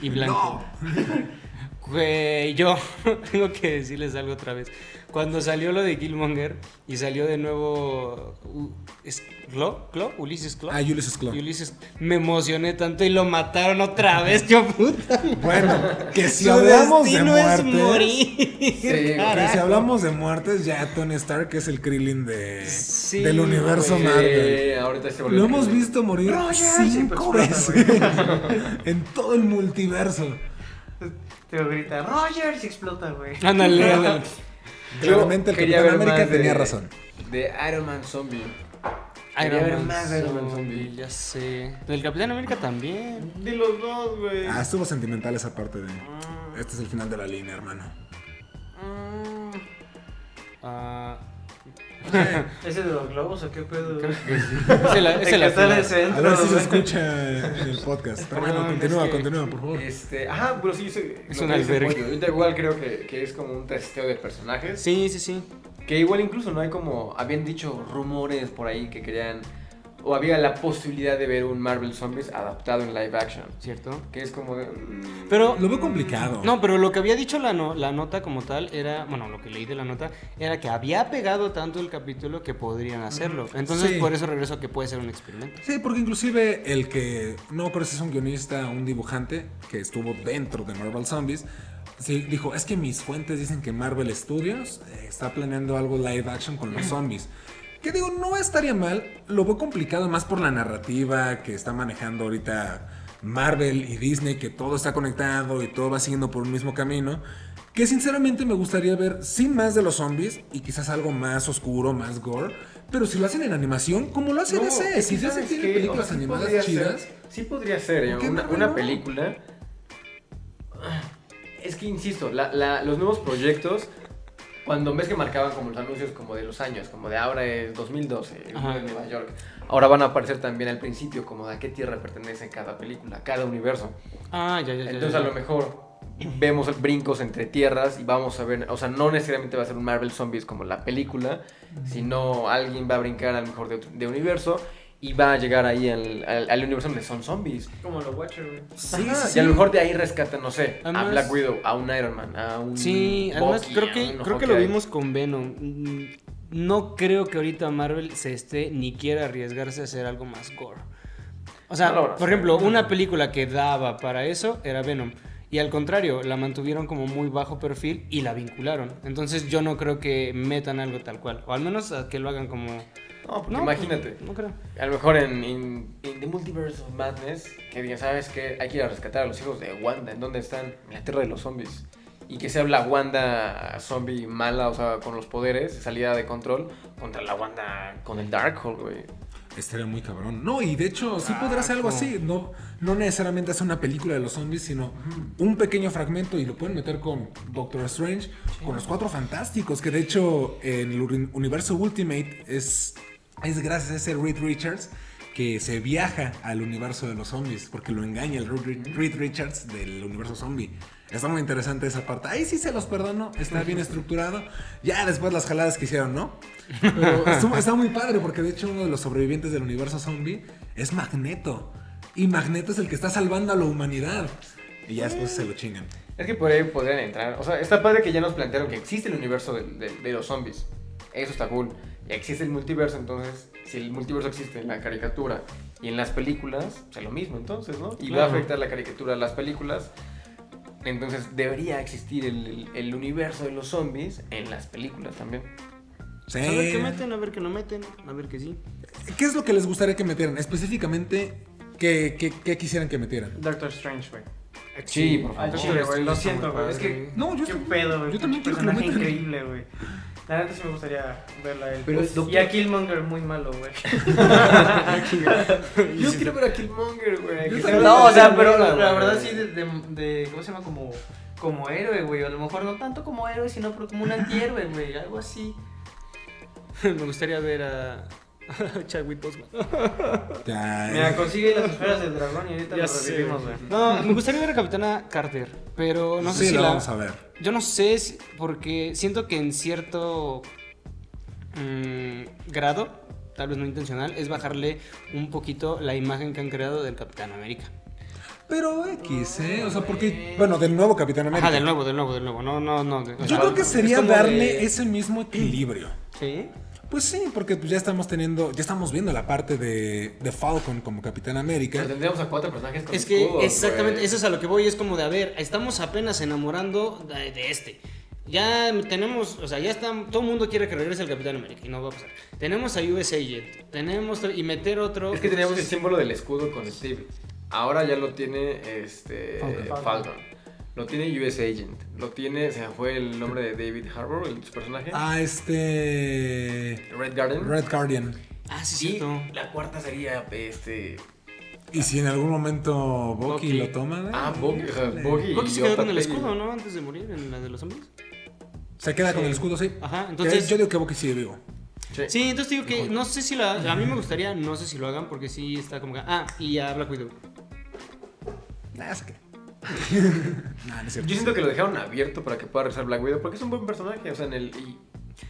y blanco. Güey, yo *laughs* tengo que decirles algo otra vez. Cuando salió lo de Killmonger y salió de nuevo. U- ¿Es Clo? ¿Clo? ¿Ulises Clo?
Ah, Ulysses Claw.
Ulises, me emocioné tanto y lo mataron otra vez, yo puta.
Bueno, que si
Su
hablamos de
destino es
muertes.
morir.
Sí,
Que si
carajo.
hablamos de muertes, ya Tony Stark es el Krillin de,
Sí,
del universo
Sí,
Marvel.
Pues, ahorita se volvió
Lo hemos
increíble.
visto morir
siempre
cinco
pues,
veces
*laughs*
explota,
en todo el multiverso.
Te grita, Rogers y explota, güey.
Ándale, ándale.
Yo
Claramente el
quería
Capitán
ver
América
más de-
tenía razón.
De Iron Man Zombie. Quería ver
Iron
más
Man
de Iron Man
Zombie,
Zombie.
ya sé. Del Capitán América también.
De los dos, güey.
Ah, estuvo sentimental esa parte de.
Mm,
Este es el final de la línea, hermano.
Ah,
mm. ¿Ese de los globos o qué pedo? güey?
es el- es
Hay
el
que estar
final.
ese
A
dentro,
ver si se
güey.
escucha en el podcast. Pero bueno,
Perdón,
continúa,
es que,
continúa, por favor.
Este, ajá, bueno, sí, yo sé.
Es
lo
un
que dice
albergue.
Pollo. Ahorita igual creo que, que es como un testeo de personajes.
Sí, sí, sí.
Que igual incluso no hay como. Habían dicho rumores por ahí que querían o había la posibilidad de ver un Marvel Zombies adaptado en live action.
¿Cierto?
Que es como de, mm,
Pero
Lo veo complicado.
No, pero lo que había dicho la, no- la nota como tal era, bueno, lo que leí de la nota era que había pegado tanto el capítulo que podrían hacerlo. Entonces,
Sí.
por eso regreso a que puede ser un experimento.
Sí, porque inclusive el que, no creo si es un guionista o un dibujante que estuvo dentro de Marvel Zombies, sí, dijo, es que mis fuentes dicen que Marvel Studios eh, está planeando algo live action con los zombies. Que digo, no estaría mal, lo veo complicado más por la narrativa que está manejando ahorita Marvel y Disney, que todo está conectado y todo va siguiendo por un mismo camino. Que sinceramente me gustaría ver sin más de los zombies y quizás algo más oscuro, más gore. Pero si lo hacen en animación, como lo hace
No,
DC,
es que
si DC
¿sabes
tiene
qué? O sea,
películas
sí
animadas
podría ser-
chidas.
sí podría ser, ¿eh?
¿Por qué
Una,
Marvel
una
no?
película. Es que insisto, la- la- los nuevos proyectos, cuando ves que marcaban como los anuncios como de los años, como de ahora es 2012, el
Ajá.
de Nueva York, ahora van a aparecer también al principio como de a qué tierra pertenece cada película, cada universo.
Ah, ya, ya, ya.
Entonces
ya.
a lo mejor vemos brincos entre tierras y vamos a ver, o sea, no necesariamente va a ser un Marvel Zombies como la película, sino alguien va a brincar a lo mejor de, otro- de universo y va a llegar ahí al, al- al universo donde son zombies.
Como los Watcher, güey.
Sí,
Ajá,
sí.
Y a lo mejor de ahí rescatan, no sé, a
Además-
Black Widow, a un Iron Man, a un...
Sí, además
Bucky,
creo
a
que,
un
creo que lo
Hawkeye.
vimos con Venom. Mm, No creo que ahorita Marvel se esté ni quiera arriesgarse a hacer algo más gore. O sea,
No lo van a
por
hacer.
ejemplo, una película que daba para eso era Venom. Y al contrario, la mantuvieron como muy bajo perfil y la vincularon. Entonces yo no creo que metan algo tal cual. O al menos a que lo hagan como...
No, porque
No, pues
imagínate.
No creo.
A lo mejor en, en- en The Multiverse of Madness, que digan, ¿sabes qué? Hay que ir a rescatar a los hijos de Wanda. ¿En dónde están? En la tierra de los zombies. Y que sea la Wanda zombie mala, o sea, con los poderes, salida de control, contra la Wanda con el Darkhold, güey.
Estaría muy cabrón. No, y de hecho, sí podrá hacer algo así. No, no necesariamente hacer una película de los zombies, sino un pequeño fragmento y lo pueden meter con Doctor Strange, con los cuatro fantásticos, que de hecho en el uni- universo Ultimate es, es gracias a ese Reed Richards que se viaja al universo de los zombies, porque lo engaña el Reed Reed Richards del universo zombie. Está muy interesante esa parte. Ahí sí se los perdono, está bien estructurado. Ya después las jaladas que hicieron, ¿no?
*laughs*
Pero estuvo- está muy padre porque de hecho uno de los sobrevivientes del universo zombie es Magneto. Y Magneto es el que está salvando a la humanidad. Y ya después se lo chingan.
Es que por ahí podrían entrar. O sea, está padre que ya nos plantearon que existe el universo de, de- de los zombies. Eso está cool. Y existe el multiverso, entonces, si el multiverso existe en la caricatura y en las películas, pues es lo mismo, entonces, ¿no? Y va a
Claro.
afectar la caricatura a las películas. Entonces, debería existir el, el- el universo de los zombies en las películas también.
Sí.
A ver qué meten, a ver qué no meten, a ver qué sí.
¿Qué es lo que les gustaría que metieran? Específicamente, ¿qué, qué- qué quisieran que metieran?
Doctor Strange, güey.
Sí, por
Al
favor.
chile, güey. Lo
Está muy
siento, güey. Es
padre.
que.
No, yo
qué
estoy-
pedo, güey.
yo también quiero que lo
personaje
metan.
increíble, güey. La neta sí me gustaría verla a él.
Pero,
Y
doctor-
a Killmonger muy malo, *laughs* güey.
Yo quiero ver a Killmonger, güey.
Yo también.
que sea
No, o sea,
una
pero la,
mierda,
la
güey.
verdad sí de, de, de- ¿cómo se llama? Como, como héroe, güey. A lo mejor no tanto como héroe, sino pero como un antihéroe, güey. Algo así.
*laughs* Me gustaría ver a... *laughs* a Chadwick Boseman.
Ya,
Mira,
eh,
consigue las esferas del dragón y ahorita
Ya
lo
sé,
revivimos, güey.
No, me gustaría ver a Capitana Carter, pero no sé
sí,
si
la
la...
vamos a ver.
Yo no sé, si- porque siento que en cierto mm, grado, tal vez no intencional, es bajarle un poquito la imagen que han creado del Capitán América.
Pero X, ¿eh? O sea, porque. Bueno, del nuevo Capitán América.
Ajá, del nuevo, del nuevo, del nuevo. No, no, no. de- o
Yo
sea,
creo que
es
sería
como
darle
de-
ese mismo equilibrio.
Sí.
Pues sí, porque pues, ya estamos teniendo, ya estamos viendo la parte de, de Falcon como Capitán América.
Pero tendríamos a cuatro personajes con
Es que
escudos,
exactamente,
güey.
eso es a lo que voy, es como de, a ver, estamos apenas enamorando de, de este. Ya tenemos, o sea, ya está, todo el mundo quiere que regrese el Capitán América y no va a pasar. Tenemos a USA Agent, tenemos, y meter otro...
Es que teníamos el
entonces-
símbolo del escudo con Steve. Ahora ya lo tiene este
Falcon.
Falcon. Lo tiene US Agent. Lo tiene, se me fue el nombre de David Harbour, el su personaje.
A este.
Red Garden.
Ah. Red Guardian.
Ah, sí,
y
cierto.
la cuarta sería este
Y si en algún momento Bucky,
Bucky.
lo toma.
Ah,
eh,
Boggy. o sea,
híjole.
Boggy
Bucky se
y
quedó con el
Otape.
escudo, ¿no? Antes de morir en la de los zombies.
Se queda con el escudo, sí.
Ajá,
Entonces,
Ah, entonces.
yo digo que Bucky sigue vivo.
Sí.
Sí, entonces digo que no sé si la. A mí me gustaría, no sé si lo hagan porque sí está como que. Ah, y ya Black Widow.
Nah, se queda. nah, *laughs* no es cierto.
Yo siento que lo dejaron abierto para que pueda regresar Black Widow porque es un buen personaje, o sea, en el y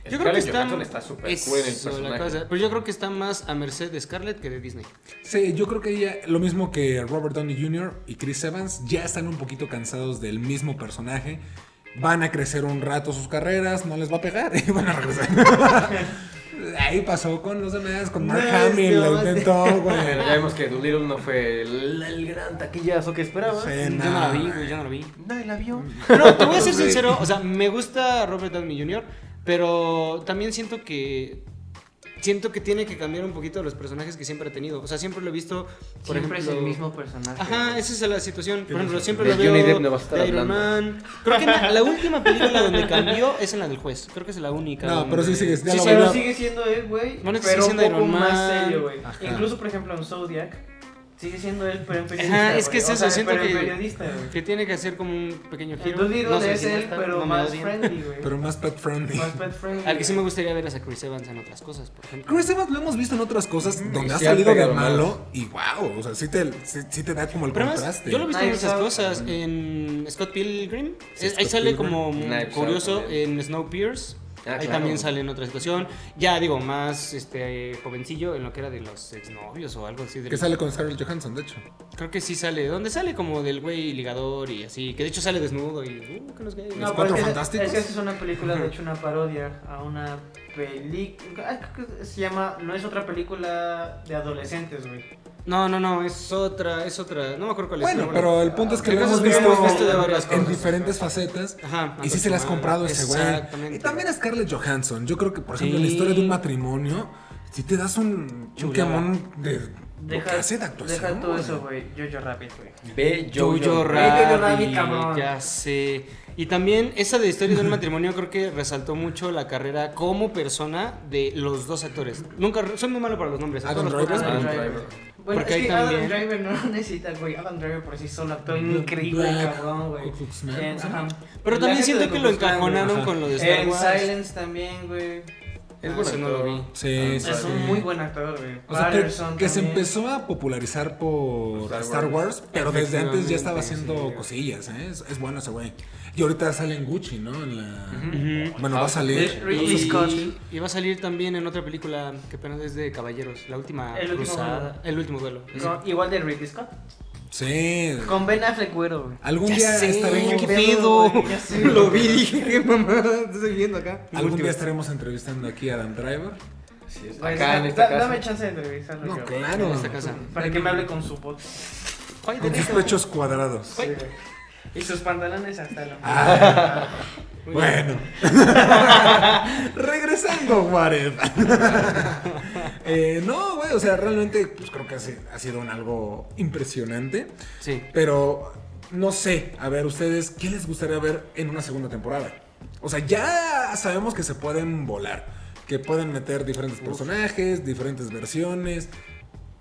El Scarlett Johansson está súper cool en el
eso, la
personaje.
cosa. Pero yo creo que está más a merced de Scarlett que de Disney.
Sí, yo creo que ella, lo mismo que Robert Downey Jr. y Chris Evans, ya están un poquito cansados del mismo personaje. Van a crecer un rato sus carreras, no les va a pegar *laughs* y van a regresar.
*laughs*
Ahí pasó con los demás, con Mark
No,
Hamill, lo
es que-
intentó, güey.
Pero ya vimos que Doolittle no fue el, el gran taquillazo que esperaba.
Sí,
*laughs* Yo no la vi, güey, yo no la vi.
Nadie la vio.
No, te voy a ser sincero, o sea, me gusta Robert Downey Jr., pero también siento que siento que tiene que cambiar un poquito los personajes que siempre ha tenido. O sea, siempre lo he visto, por
Siempre es
ejemplo,
el mismo personaje.
Ajá, esa es la situación. Por ejemplo, siempre
De
lo veo
Johnny Depp no vas a estar
de Iron
hablando.
Man. Creo que na- la última película donde cambió es en la del juez. Creo que es la única.
No,
donde-
pero sí sigues, ya
Sí,
lo
sí,
Pero
volvió.
sigue siendo él, güey.
Bueno, que
pero
sigue
un
siendo
poco
Iron
más
Man.
serio, güey.
Ajá.
Incluso, por ejemplo, en Zodiac. Sigue siendo él, pero en periodista.
Ajá, es
güey.
que es
O sea,
eso, siento
pero en
que-
periodista, güey.
que tiene que hacer como un pequeño
El
giro.
Doolittle
No sé
es
si va a
él,
estar,
pero
no me
más
odien.
friendly, güey.
Pero más pet friendly.
Más pet friendly.
Al que sí me gustaría ver es a Chris Evans en otras cosas, por ejemplo.
Chris Evans lo hemos visto en otras cosas
Mm,
y
donde ha
sí ha
salido de
pegado más.
malo y wow, o sea, sí te, sí, sí te da como el
Pero además,
contraste.
yo lo he visto en
Knives
muchas
Out.
cosas. En Scott Pilgrim,
Sí,
es- ahí
Scott
sale
Pilgrim.
como muy
Knives Out
curioso.
también.
En Snowpiercer,
Ah,
ahí
claro.
también sale en otra situación. Ya digo, más este eh, jovencillo en lo que era de los exnovios o algo así. de
Que sale con Scarlett Johansson, de hecho.
Creo que sí sale. ¿Dónde sale? Como del güey ligador y así. Que de hecho sale desnudo y. Uh, que no es gay.
¿Los
No, pero
Cuatro
es que-
Fantásticos?
Es que esa es una película, de hecho, una parodia a una película. Se llama. No es otra película de adolescentes, güey.
No, no, no, es otra, es otra. No me acuerdo cuál es.
Bueno, pero el punto es que
el
lo
caso
hemos
es que lo hemos
visto
visto de varias
en
cosas.
diferentes facetas.
Ajá,
Y sí se las has comprado ese güey.
Exactamente.
Y también a Scarlett Johansson. Yo creo que, por ejemplo, en la
Sí.
historia de un matrimonio, si te das un
Chulada.
chucamón de lo que hace de actuación.
Deja todo
güey.
eso, güey. Yo, yo Rabbit, güey.
Ve yo,
Jojo
Rabbit,
Rabbit,
cabrón.
ya sé. Y también esa de historia de un matrimonio creo que resaltó mucho la carrera como persona de los dos actores. Nunca, soy muy malo para los nombres. a
Adam
todos los
Driver.
podcasts,
Adam
pero-
Driver.
Bueno,
Porque
es
ahí
que
también-
Adam Driver no *laughs* lo necesita, güey. Adam Driver por sí solo actuó increíble,
Black,
cabrón, güey.
Ku Klux Klan,
En-
ajá.
ajá.
Pero
El
también
agente
siento
de
que
Ku
lo
Klux Klan, güey.
encajonaron
Ajá.
con lo de Star
En
Wars.
Silence también, güey.
Es
Ah,
bueno.
ese no lo vi.
Ah,
Sí, sí,
Es
sí.
un muy buen actor, güey.
O sea, que,
Patterson
que se
también.
empezó a popularizar por Star
Star
Wars,
Wars.
pero desde antes ya estaba
Efectivamente,
haciendo
sí.
cosillas, ¿eh? Es, es bueno ese güey. Y ahorita sale en Gucci, ¿no? En la- Bueno, va a
Rich-
salir.
Rich-
Y,
Ridley Scott.
y va a salir también en otra película que apenas es de Caballeros, la última
El último
cruzada,
duelo.
el último duelo.
Con- igual de Ridley Scott.
Sí.
Con Ben Affleck, güero, güey.
Algún
Ya
día
sé,
estaremos.
qué
pedo,
pedo.
güey,
*laughs*
ya sé,
Lo vi,
güey.
dije, qué mamá, estoy viendo acá.
Algún
Último.
día estaremos entrevistando aquí a Adam Driver.
Sí, es-
Güey,
Acá en
Pues, da-
esta
da- Dame
casa.
chance de entrevistarlo,
No,
güey.
claro.
En esta casa.
Para que me hable con su voz.
Ay, de
Con sus
neta.
pechos cuadrados.
Sí, güey. Y sus pantalones hasta la
*laughs*
Muy bien.
Bueno.
*laughs*
Regresando, *laughs* Waref. no, güey, o sea, realmente pues, creo que ha si- ha sido un algo impresionante.
Sí.
Pero no sé, a ver, ustedes, ¿qué les gustaría ver en una segunda temporada? O sea, ya sabemos que se pueden volar, que pueden meter diferentes personajes, diferentes versiones.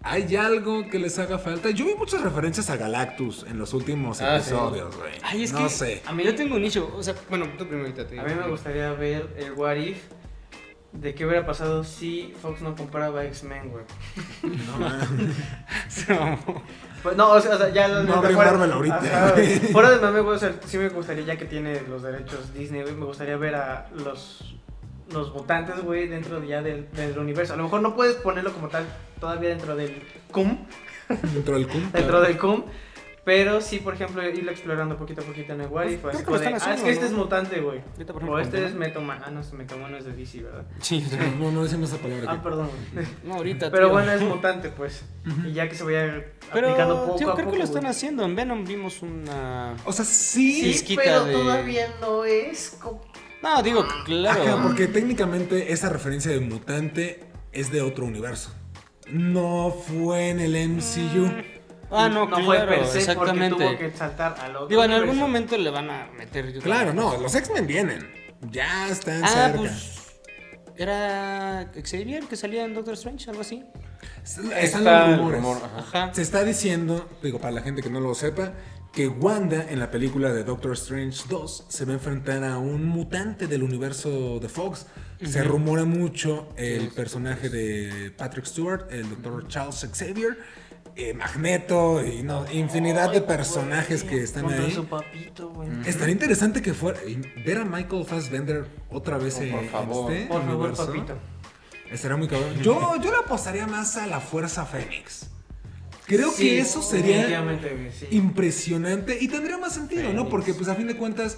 ¿Hay algo que les haga falta? Yo vi muchas referencias a Galactus en los últimos
Ah, sí.
episodios, güey.
Ay, es
no
que *laughs*
sé.
a mí yo tengo un nicho, o sea, bueno, tú primero ahorita te
A
digo.
mí me gustaría ver el What If de qué hubiera pasado si Fox no compraba X-Men, güey. Pues, no, o sea, o sea, ya
No abrí
fuera-
Marvel ahorita,
Ajá,
*laughs*
güey.
güey. fuera de mame, güey, o sea, sí me gustaría, ya que tiene los derechos Disney, güey, me gustaría ver a los los votantes, güey, dentro de ya del, del universo. A lo mejor no puedes ponerlo como tal todavía dentro del CUM,
*laughs* Dentro del cum.
dentro del CUM, pero sí, por ejemplo, irlo explorando poquito a poquito en el What If,
Pues, Creo
así
que lo
como de,
están
ah, es
haciendo,
que este
¿no?
es mutante, güey.
Ahorita, por
O
ejemplo,
este
con-
es Metoma, ah, no, es Metomano es de DC, ¿verdad?
*laughs* Sí, o sea,
No, no decimos esa palabra.
Ah,
aquí.
perdón, güey.
no ahorita.
Pero
tío.
bueno, es mutante, pues. Y ya que se vaya
pero
aplicando poco
tío,
a
creo
poco.
que lo están
güey.
haciendo. En Venom vimos una
O sea, sí.
Sí,
Pizquita
pero
de-
todavía no es como...
No, digo,
Ah,
claro.
Ajá, porque técnicamente esa referencia de mutante es de otro universo. No fue en el MCU.
Mm.
Ah, no,
no
claro,
fue per se
exactamente.
porque tuvo que saltar al otro.
Digo, en algún
universo.
momento le van a meter yo
Claro,
creo.
no, los X-Men vienen. Ya están
Ah,
cerca.
pues era Xavier que salía en Doctor Strange, algo así.
Están
Está
los
el
rumores.
rumor, ajá.
Ajá.
Se está diciendo, digo, para la gente que no lo sepa, que Wanda en la película de Doctor Strange 2 se va a enfrentar a un mutante del universo de Fox. Se rumora mucho el personaje de Patrick Stewart, el doctor Charles Xavier. eh, Magneto y no, infinidad de personajes que están
Contra
ahí.
su papito, güey.
Mm,
Estaría interesante que fuera ver a Michael Fassbender otra vez
Oh,
en,
por
en
favor.
este
Por favor,
universo.
papito.
Estaría muy cabrón. Yo, yo le apostaría más a la Fuerza Fénix. Creo que eso sería
Definitivamente, güey, sí.
impresionante y tendría más sentido, ¿no? Porque pues a fin de cuentas,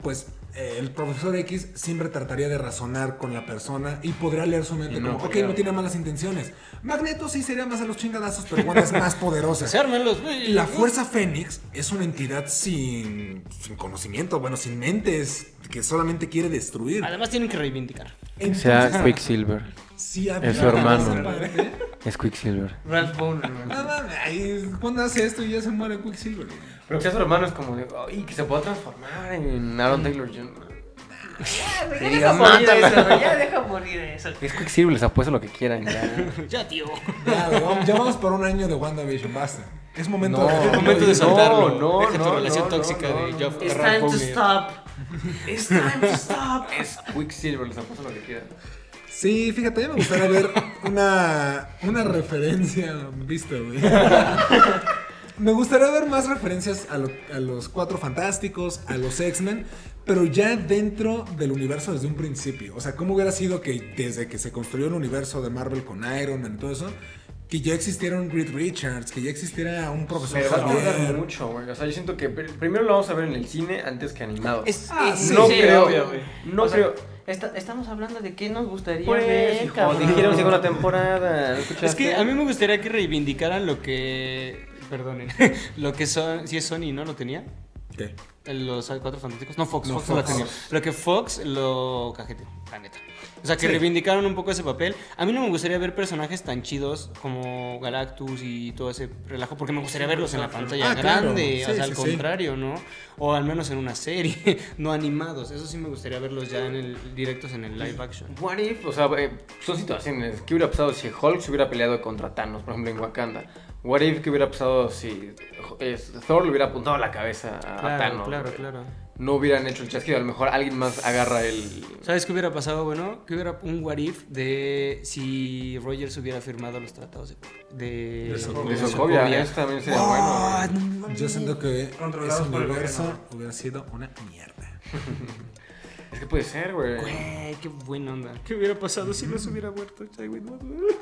pues eh, el profesor X siempre trataría de razonar con la persona y podría leer su mente
Y no
como, ok,
pelear".
no tiene malas intenciones. Magneto sí sería más a los chingadazos, pero igual es más *laughs* poderosa.
Se arman los. güey.
La Fuerza Fénix es una entidad sin, sin conocimiento, bueno, sin mentes, que solamente quiere destruir.
Además tienen que reivindicar.
Entonces,
Quicksilver.
si había
es su hermano.
esa parte-
Es Quicksilver.
Ralph Bowler, güey.
No mames, ay, ¿cuándo hace esto y ya se muere Quicksilver?
Pero que sea su hermano es como de, ay, que se pueda transformar en Aaron Taylor *laughs* Jr.
Ya
Sí,
deja morir
mátala.
eso, güey, ya deja morir eso.
Es Quicksilver, les apuesto lo que quieran *laughs* ya.
Ya, tío.
Ya, güey, vamos- ya vamos por un año de WandaVision, basta. Es momento
No,
de...
no,
Momento de
no,
soltarlo.
no,
Deja tu
no,
relación
no,
tóxica
no,
de
no,
Jeff
no.
It's
Ralph
time to
Bowler.
stop. It's time to stop.
Es Quicksilver, les apuesto lo que quieran.
Sí, fíjate, ya me gustaría ver una, una referencia vista, güey. Me gustaría ver más referencias a, lo- a los Cuatro Fantásticos, a los X-Men, pero ya dentro del universo desde un principio. O sea, ¿cómo hubiera sido que desde que se construyó el universo de Marvel con Iron Man y todo eso, que ya existiera un Reed Richards, que ya existiera un profesor
Pero va a tardar
Xavier?
mucho, güey. O sea, yo siento que pr- primero lo vamos a ver en el cine antes que animado.
Es,
Ah,
es-
sí.
no
sí,
creo,
obvio, güey.
no
O sea,
creo.
Esta- estamos hablando de qué nos gustaría
Pues,
ver,
hijo,
cabrón.
dijeron segunda temporada. ¿no escuchaste?
es que a mí me gustaría que reivindicaran lo que. *laughs* Perdonen. Lo que son. Si es Sony, ¿no? ¿Lo tenía?
¿Qué?
El- Los Cuatro Fantásticos. No, Fox.
No,
Fox, no la
Fox.
tenía. Lo que Fox lo cajeteó, la neta. O sea, que
Sí.
reivindicaron un poco ese papel. A mí no me gustaría ver personajes tan chidos como Galactus y todo ese relajo, porque me gustaría verlos en la pantalla
Ah, claro.
grande.
Sí,
o sea,
sí,
al
sí.
contrario, ¿no? O al menos en una serie, *laughs* no animados. Eso sí me gustaría verlos ya en el, directos en el live action.
What if, o sea, eh, son situaciones. ¿Qué hubiera pasado si Hulk se hubiera peleado contra Thanos, por ejemplo, en Wakanda? What if, ¿qué hubiera pasado si eh, Thor le hubiera apuntado la cabeza a a Thanos?
claro,
güey?
claro.
No hubieran hecho el chasquido, a lo mejor alguien más agarra el...
¿Sabes qué hubiera pasado, bueno? Que hubiera un what if de si Rogers hubiera firmado los tratados de... De,
De Sokovia.
De
Como
Sokovia, eso también sería
Ah,
bueno. güey.
eh, Yo siento que ese
Controlados por el
universo
gobierno.
hubiera sido una mierda.
Es que puede ser, güey.
Güey, qué buena onda. ¿Qué hubiera pasado si los hubiera muerto? Ay, güey, no, güey.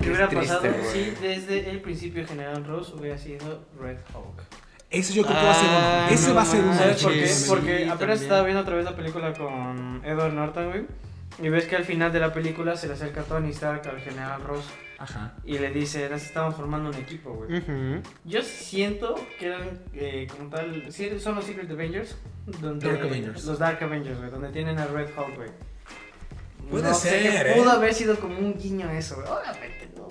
¿Qué hubiera
triste,
pasado
güey.
si desde el principio General Ross hubiera sido Red Hawk?
Eso yo creo que va a ser
Ah,
uno. Ese
no
va a ser uno.
manches.
¿Sabes por qué?
sí,
Porque apenas
también.
estaba viendo otra vez la película con Edward Norton, güey. Y ves que al final de la película se le acerca Tony Stark al General Ross
Ajá.
y le dice, nos estamos formando un equipo, güey.
Mm.
Yo siento que eran eh, como tal. sí, son los Secret Avengers. Donde,
Dark Avengers.
Los Dark Avengers, güey. Donde tienen a Red Hulk, güey.
Puede
sé,
ser,
que
¿eh?
Pudo haber sido como un guiño eso, güey. Obviamente, no.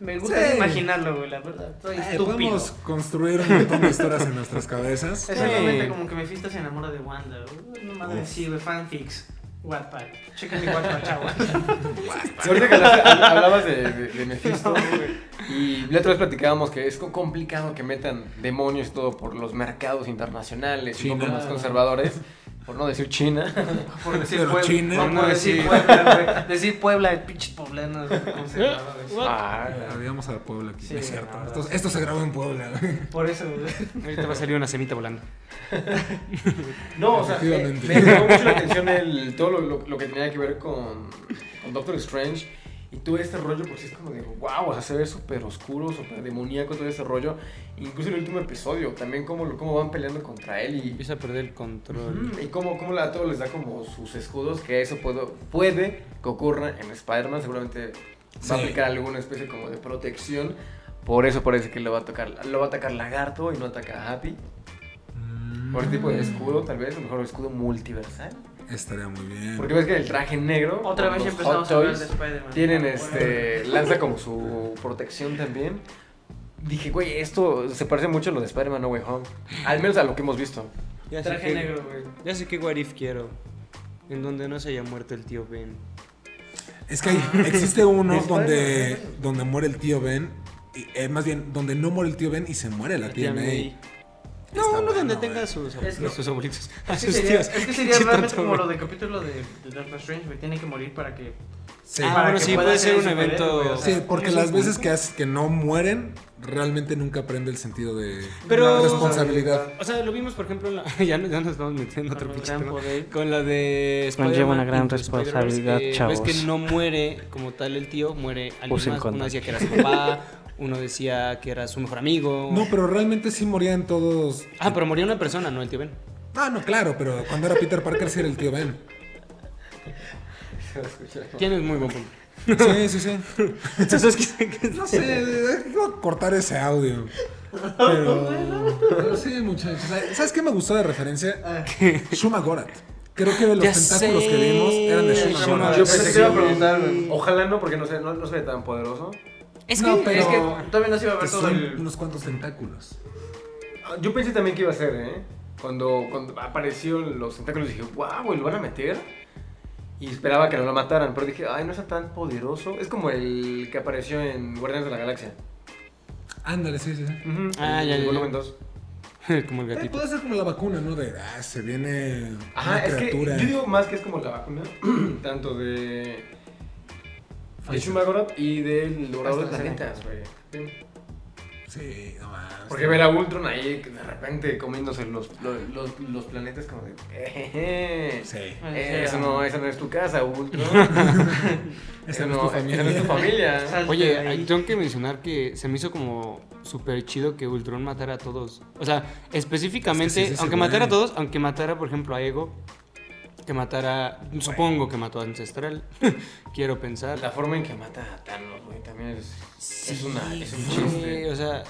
Me gusta
Sí.
imaginarlo, güey, la verdad. Soy
Eh,
estúpido.
podemos construir un montón de historias en nuestras cabezas.
Exactamente
Sí.
como que Mephisto se enamora de Wanda, güey. No mames, sí, güey. Fanfics. Wattpad. Checa mi Wattpad, chavos.
Ahorita que hablaste- hab- hablabas de, de, de Mephisto, güey, y la otra vez platicábamos que es co- complicado que metan demonios y todo por los mercados internacionales, un poco
China.
más conservadores, por no decir China.
*laughs*
*laughs*
Por decir
Pero
Puebla.
China.
por
No,
decir
sí.
Puebla, güey. Decir Puebla, el pinche poblano conservadores.
Ah,
Habíamos a Puebla aquí,
Sí,
no es cierto.
no,
esto,
no.
esto se grabó en Puebla. *laughs*
Por eso, güey.
Ahorita va a salir una semita volando.
No, o sea, me,
Efectivamente.
me llamó mucho la atención el, todo lo, lo- lo que tenía que ver con, con Doctor Strange y todo este rollo, porque es como de wow, o sea, se ve súper oscuro, súper demoníaco todo ese rollo. Incluso el último episodio, también cómo, lo- cómo van peleando contra él y,
Empieza a perder el control.
y cómo, cómo la- a todos les da como sus escudos, que eso puedo, puede que ocurra en Spider-Man, seguramente
Sí.
va a aplicar alguna especie como de protección. Por eso parece que lo va a tocar, lo va a atacar Lagarto y no ataca a Happy. Por tipo de escudo, tal vez, a lo mejor escudo multiversal.
Estaría muy bien.
Porque ves que el traje negro.
Otra
con
vez ya
los
empezamos
Hot
a hablar
Toys,
de Spider-Man.
Tienen
Bueno,
este. Lanza como su protección también. Dije, güey, esto se parece mucho a lo de Spider-Man No Way Home. Al menos a lo que hemos visto.
Ya sé,
Traje
que,
negro, güey.
ya sé qué what if quiero. En donde no se haya muerto el tío Ben.
Es que hay- existe uno
Es
donde,
Spider-Man.
donde muere el tío Ben. y, eh, más bien, donde no muere el tío Ben y se muere la tía May. Está
No, no donde
bueno, eh.
tenga
güey.
a sus,
Es que-
a sus abuelitos. A
Es que
*laughs* sus
sería,
tíos.
es que sería
Qué
realmente
tonto,
como
güey.
lo del capítulo de, de Doctor Strange, güey. Tiene que morir para que
Sí.
Ah,
Para
bueno,
que
sí,
pueda
puede
ser
ser
ese
un evento.
superhéroe, o sea,
Sí, porque
es
las
un
veces que, has- que no mueren, realmente nunca aprende el sentido de
Pero-
la responsabilidad.
O sea, lo vimos, por ejemplo, en la- *laughs* ya, nos- ya nos estamos metiendo en otro
Con
pinche
gran
tema.
poder.
Con la de Spider-Man.
Conlleva una gran
Into Spider-Verse,
responsabilidad,
que
chavos.
Ves que no muere como tal el tío, muere alguien
Usen
más. Uno
condón.
decía que era su papá, uno decía que era su mejor amigo.
No, pero realmente sí morían todos.
Ah, pero moría una persona, no el tío Ben.
Ah, no, claro, pero cuando era Peter Parker sí era el tío Ben.
Tienes muy buen punto. *laughs*
Sí, sí, sí.
Entonces, ¿qué- qué-
No sé, voy a cortar ese audio. Pero, pero sí, muchachos. ¿Sabes qué me gustó de referencia? Shuma Gorat. Creo que de los
Ya
tentáculos
sé.
que vimos eran de Shuma
Shuma
Gorat.
Gorat.
Yo pensé
Eso
que
te iba a
preguntar.
preguntar.
Ojalá no, porque no se, no, no se ve tan poderoso.
Es
No,
que-
pero-
Es que todavía no se iba a
Que
ver todo
son
el...
unos cuantos tentáculos.
Ah, Yo pensé también que iba a ser, ¿eh? Cuando, cuando aparecieron los tentáculos dije, wow, güey, lo van a meter. Y esperaba que no lo mataran, pero dije, ay, no está tan poderoso. Es como el que apareció en Guardianes de la Galaxia.
Ándale, sí, sí, sí.
Ujú,
Ah, ya,
el-
ya,
el
ya.
Volumen 2.
Como el
Eh,
gatito.
puede ser como la vacuna, ¿no? De, ah, se viene
Ajá,
una
es que
criatura.
yo digo más que es como la vacuna, *clears throat* tanto de. de Shumagorab y del Dorador de
AstraZeneca.
Planetas, güey. Sí.
Sí, no más.
Porque ver a Ultron ahí que de repente comiéndose los, los, los- los planetas como de. "Ejeje,
Sí.
Ah,
eh, Eso no, esa no es tu casa, Ultron.
*laughs*
*laughs*
Esa
Esa
no es
no,
tu
esa
familia.
no es tu familia.
Sal-
Oye,
ahí.
ahí tengo que mencionar que se me hizo como súper chido que Ultron matara a todos. O sea,
Es que sí
específicamente,
es ese
aunque matara a
güey.
todos, aunque matara, por ejemplo, a Ego, que matara, supongo que mató a Ancestral, *laughs* quiero pensar.
La forma en que mata a Thanos, güey, también es. es, una, es un
Sí,
chiste.
o sea,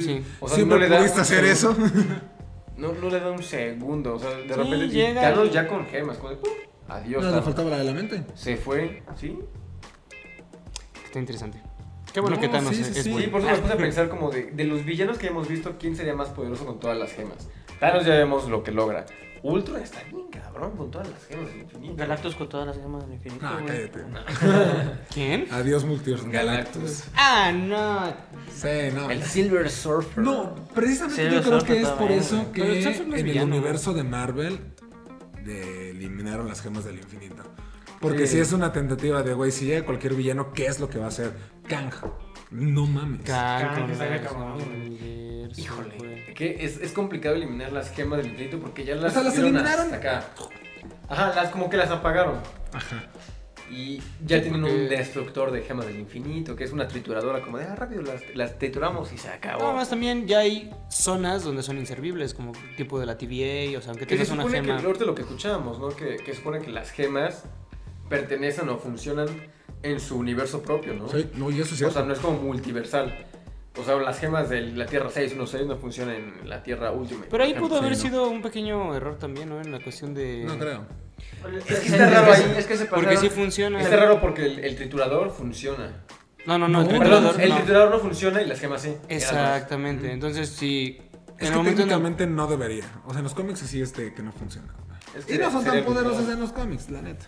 sí.
O sea,
¿Siempre
no le da
pudiste
un
hacer eso?
segundo.
*laughs*
No, no le da un segundo, o sea, de
Sí,
repente. y
llega
Thanos
y-
ya con gemas, como de. ¡pum! Adiós,
No, le
Thanos.
faltaba la de la mente.
Se fue, ¿sí?
Está interesante. Qué bueno
No,
que Thanos
sí,
es,
sí,
es
sí.
bueno.
Sí, por eso me puse a pensar como de, de los villanos que hemos visto, ¿quién sería más poderoso con todas las gemas? Thanos ya vemos lo que logra. Ultron está bien cabrón con todas las gemas del infinito.
Galactus con todas las gemas del infinito,
No,
güey.
cállate.
¿Quién?
Adiós, multiverso.
Galactus.
Ah, no.
Sí, no.
El Silver Surfer.
No, precisamente
Sí,
yo
los
creo
otros
que es por
también,
eso
güey.
que
Pero el Surfer
en
no es
el
villano,
universo de Marvel de eliminaron las gemas del infinito. Porque
Sí.
si es una tentativa de, güey, si llega cualquier villano, ¿qué es lo que va a hacer? Kang. No mames.
Kang,
Kang,
con
está
la-
bien cabrón, güey.
universo, güey.
Híjole, que es, es complicado eliminar las gemas del infinito porque ya las,
O sea, las
subieron
eliminaron.
hasta acá. Ajá, las como que las apagaron.
Ajá.
Y ya
Sí,
tienen
porque-
un destructor de gemas del infinito, que es una trituradora, como de, ah, rápido, las, las trituramos y se acabó.
No, más también ya hay zonas donde son inservibles, como tipo de la TVA, o sea, aunque
Que se
tengas una
supone que
gema.
ahorita lo que escuchábamos, ¿no? Que, que supone que las gemas pertenecen o funcionan en su universo propio, ¿no?
Sí, no, y eso es
O sea,
cierto.
no es como multiversal. O sea, las gemas de la Tierra 616 no funcionan en la Tierra Ultimate.
Pero ahí
por ejemplo.
pudo haber
sí, ¿no?
sido un pequeño error también, ¿no? En la cuestión de...
No creo.
Es que está raro ahí.
Es que se
Porque
pasaron.
sí funciona.
Está raro porque el, el triturador funciona.
No, no, no, el
No,
Perdón,
triturador
el
no.
triturador no funciona y las gemas sí.
Exactamente, entonces sí...
Es que
en el momento en el-
técnicamente no debería. O sea, en los cómics sí es de que no funciona. güey.
Es que
y no son tan
sería
poderosos
complicado.
en los cómics, la neta.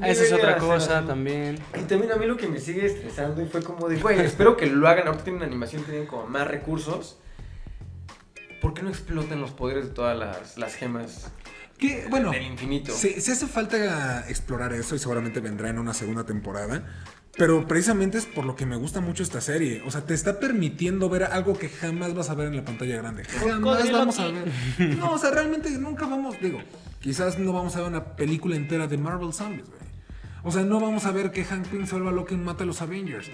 Ah, Esa es otra cosa también.
Y también a mí lo que me sigue estresando y fue como de, güey, espero que lo hagan. Ahorita tienen animación, tienen como más recursos. ¿Por qué no explotan los poderes de todas las, las gemas
Que, bueno,
del infinito?
se, se hace falta explorar eso y seguramente vendrá en una segunda temporada. Pero precisamente es por lo que me gusta mucho esta serie. O sea, te está permitiendo ver algo que jamás vas a ver en la pantalla grande. Jamás
Cocodrilo
vamos a
King.
ver. No, o sea, realmente nunca vamos, digo, quizás no vamos a ver una película entera de Marvel Zombies, güey. O sea, no vamos a ver que Hank Pym salva a Loki y mata a los Avengers.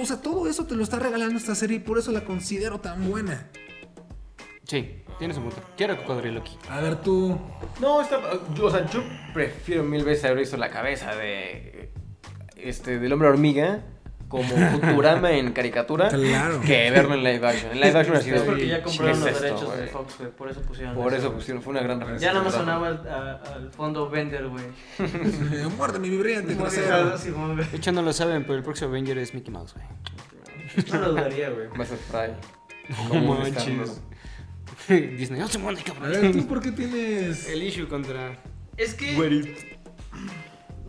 O sea, todo eso te lo está regalando esta serie y por eso la considero tan buena.
Sí, tienes un punto. Quiero cocodrilo aquí.
A ver tú. *laughs*
No, está, yo- o sea, yo prefiero mil veces haber visto la cabeza de este del hombre hormiga como Futurama en caricatura
Claro.
que verlo en live action. En live action así de
Es porque ya compraron
"¿Qué
los
es esto,
derechos
güey?".
de Fox, güey. Por eso pusieron.
Por eso
güey.
pusieron, fue una gran referencia.
Ya nada más
Futurama.
sonaba al, a- al fondo Bender, güey.
Muerde mi vibrante, grosero.
Simón, güey.
De hecho no lo saben, pero el próximo Avenger es Mickey Mouse, güey.
No lo dudaría, güey.
Más spray.
No manches. *laughs* Disney, no se muerde,
A ver, ¿tú
cabrón.
por qué tienes...?
El issue contra...
Es que.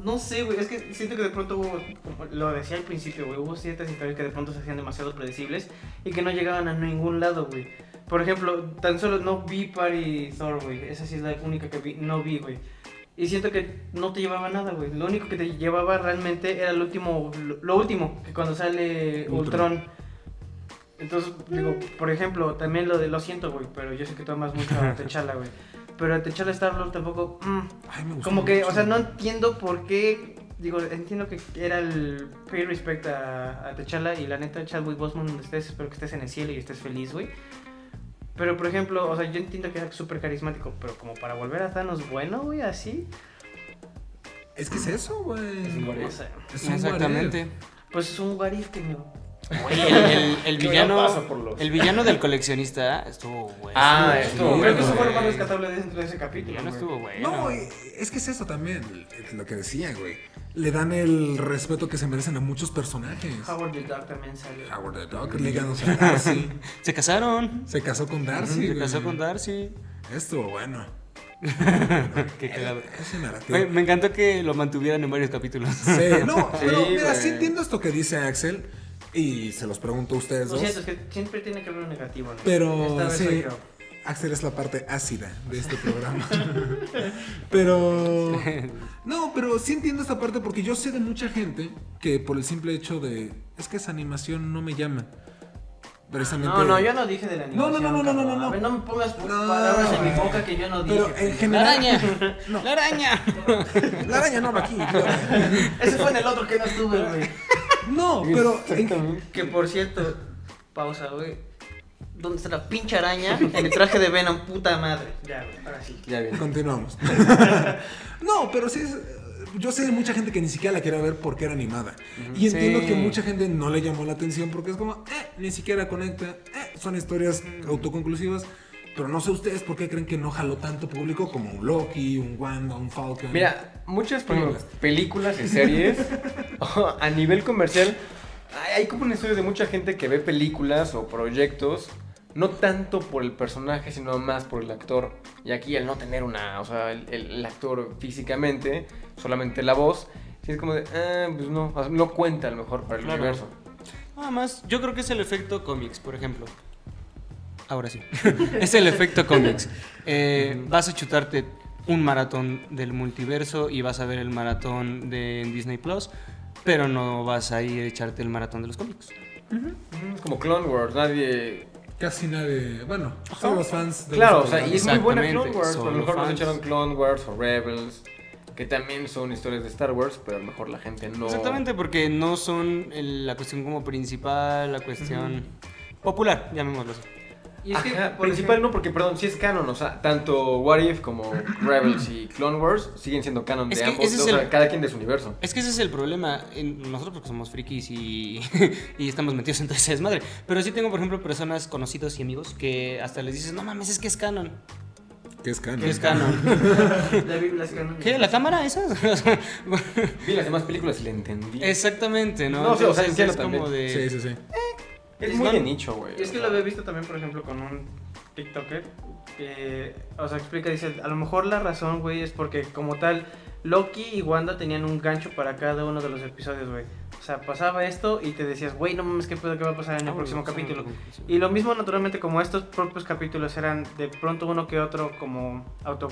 No sé, güey, es que siento que de pronto hubo, como lo decía al principio, güey, hubo ciertas historias que de pronto se hacían demasiado predecibles y que no llegaban a ningún lado, güey. Por ejemplo, tan solo no vi Party Thor, güey, esa sí es la única que vi, no vi, güey. Y siento que no te llevaba nada, güey. Lo único que te llevaba realmente era el último, lo, lo último, que cuando sale
Ultron.
Ultron. Entonces, digo, por ejemplo, también lo de lo siento, güey, pero yo sé que tomas mucho a Techala, güey. Pero a Techala Star Lord tampoco. mm,
Ay, Pues me gustó
como que,
mucho.
o sea, no entiendo por qué. Digo, entiendo que era el pay respect a, a T'Challa y la neta, Chadwick Boseman, donde estés, espero que estés en el cielo y estés feliz, güey. Pero, por ejemplo, o sea, yo entiendo que era súper carismático, pero como para volver a Thanos bueno, güey, así,
Es que es eso, güey.
Es un what
no
if.
sé.
Es un what if.
Exactamente.
Pues es un what if que no.
Güey, el, el- el
Que
villano.
no pasa por los-
El villano del coleccionista estuvo bueno.
Ah,
Sí,
esto.
Creo
bueno,
que eso fue lo más
güey.
rescatable dentro de ese
El
capítulo.
villano
güey.
estuvo bueno.
No, eh, es que es eso también, es lo que decía, güey. Le dan el respeto que se merecen a muchos personajes.
Howard the Duck también salió.
Howard the Duck, le ganó a Darcy.
Se casaron.
Se casó con Darcy.
Se
güey.
casó con Darcy.
Estuvo bueno.
Qué cagado.
Ese narrativo.
Güey, me encantó que lo mantuvieran en varios capítulos.
Sí,
*laughs*
no,
Sí,
pero mira,
güey.
sí entiendo esto que dice Axel y se los pregunto a ustedes
Lo
dos.
siento, es que siempre tiene que haber un negativo, ¿no? Esta
Pero
vez soy
sí,
yo.
Axel es la parte ácida de este programa. *laughs* pero no, pero sí entiendo esta parte porque yo sé de mucha gente que por el simple hecho de es que esa animación no me llama. Precisamente.
No, no, yo no dije de la
No, no,
animación.
no, no, no,
cabrón.
no, no.
A ver, no me pongas
No.
palabras en mi boca que yo no dije.
Pero en
pendejo.
¡La
general.
araña! ¡La araña!
*laughs* La araña no va aquí.
*laughs*
idiota.
Ese fue en el otro que no estuve,
*laughs*
güey.
No, pero en-
Que por cierto, pausa, güey. ¿Dónde está la pinche araña? En el traje de Venom, puta madre. Ya, güey, ahora
*laughs*
sí.
Ya bien. *laughs*
Continuamos. no, pero sí es. Yo sé de mucha gente que ni siquiera la quería ver porque era animada. Y entiendo
Sí.
que mucha gente no le llamó la atención porque es como, eh, ni siquiera conecta, eh, son historias autoconclusivas. Pero no sé ustedes por qué creen que no jaló tanto público como un Loki, un Wanda, un Falcon.
Mira, muchas por ejemplo, películas y series a nivel comercial hay- hay como un estudio de mucha gente que ve películas o proyectos no tanto por el personaje sino más por el actor y aquí al no tener una, o sea, el, el- el actor físicamente solamente la voz sí es como de, ah, pues no, o sea, no cuenta a lo mejor para el
Claro.
universo.
Nada más, yo creo que es el efecto cómics, por ejemplo. Ahora sí. *laughs* es el efecto cómics. Eh, vas a chutarte un maratón del multiverso y vas a ver el maratón de en Disney Plus, pero no vas a ir a echarte el maratón de los cómics.
Mm, Es como Clone Wars, nadie
Casi nadie. Bueno, son los fans de
Claro, o
los
sea, y es
programas.
muy buena
Exactamente,
Clone Wars, pero a
solo
lo mejor nos
fans.
echaron Clone Wars o Rebels, que también son historias de Star Wars, pero a lo mejor la gente no...
Exactamente, porque no son el- la cuestión como principal, la cuestión popular, llamémoslo así.
Y es que,
Ajá,
por
principal
ejemplo,
no, porque perdón, sí es canon, o sea, tanto What If como Rebels y Clone Wars siguen siendo canon
Es
de
que
ambos,
ese es
o sea,
el-
cada quien de su universo.
Es que ese es el problema. en- Nosotros porque somos frikis y, *laughs* y estamos metidos en todo ese desmadre. Pero sí tengo, por ejemplo, personas conocidos y amigos que hasta les dices, no mames, es que es canon.
Que es canon.
Que es canon.
*laughs*
la Biblia es canon.
¿Qué? ¿La cámara esa?
Vi las demás películas y le entendí.
*laughs*
Es,
Exactamente, ¿no?
No, o sea,
Entonces,
entiendo
es como
también.
de...
Sí,
*laughs*
sí, sí.
muy de
no-
nicho, güey.
Y es que
o
lo
sea.
había visto también, por ejemplo, con un TikToker que, o sea, explica, dice, a lo mejor la razón, güey, es porque como tal, Loki y Wanda tenían un gancho para cada uno de los episodios, güey. O sea, pasaba esto y te decías, güey, no mames, ¿qué pedo que va a pasar en el próximo capítulo? Y lo mismo, naturalmente, como estos propios capítulos eran de pronto uno que otro como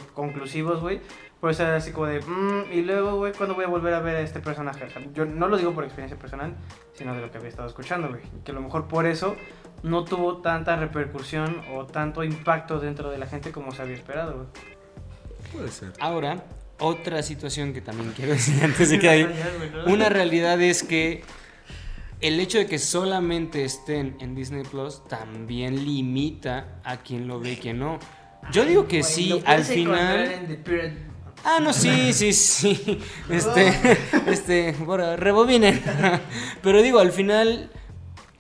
autoconclusivos, güey. Pues era así como de, "Mm, y luego, güey, ¿cuándo voy a volver a ver a este personaje? O sea, yo no lo digo por experiencia personal, sino de lo que había estado escuchando, güey. Que a lo mejor por eso no tuvo tanta repercusión o tanto impacto dentro de la gente como se había esperado, güey.
Puede ser.
Ahora, otra situación que también quiero decir *laughs* antes
*laughs*
de que ahí... Una realidad es que el hecho de que solamente estén en Disney Plus también limita a quien lo ve y quien no. Yo digo
Güey,
que
lo
sí,
puedes
al
encontrar
final.
en The Pirate-
Ah, no, sí, sí,
*laughs*
sí. Este, este, bueno, rebobinen. *laughs* Pero digo, al final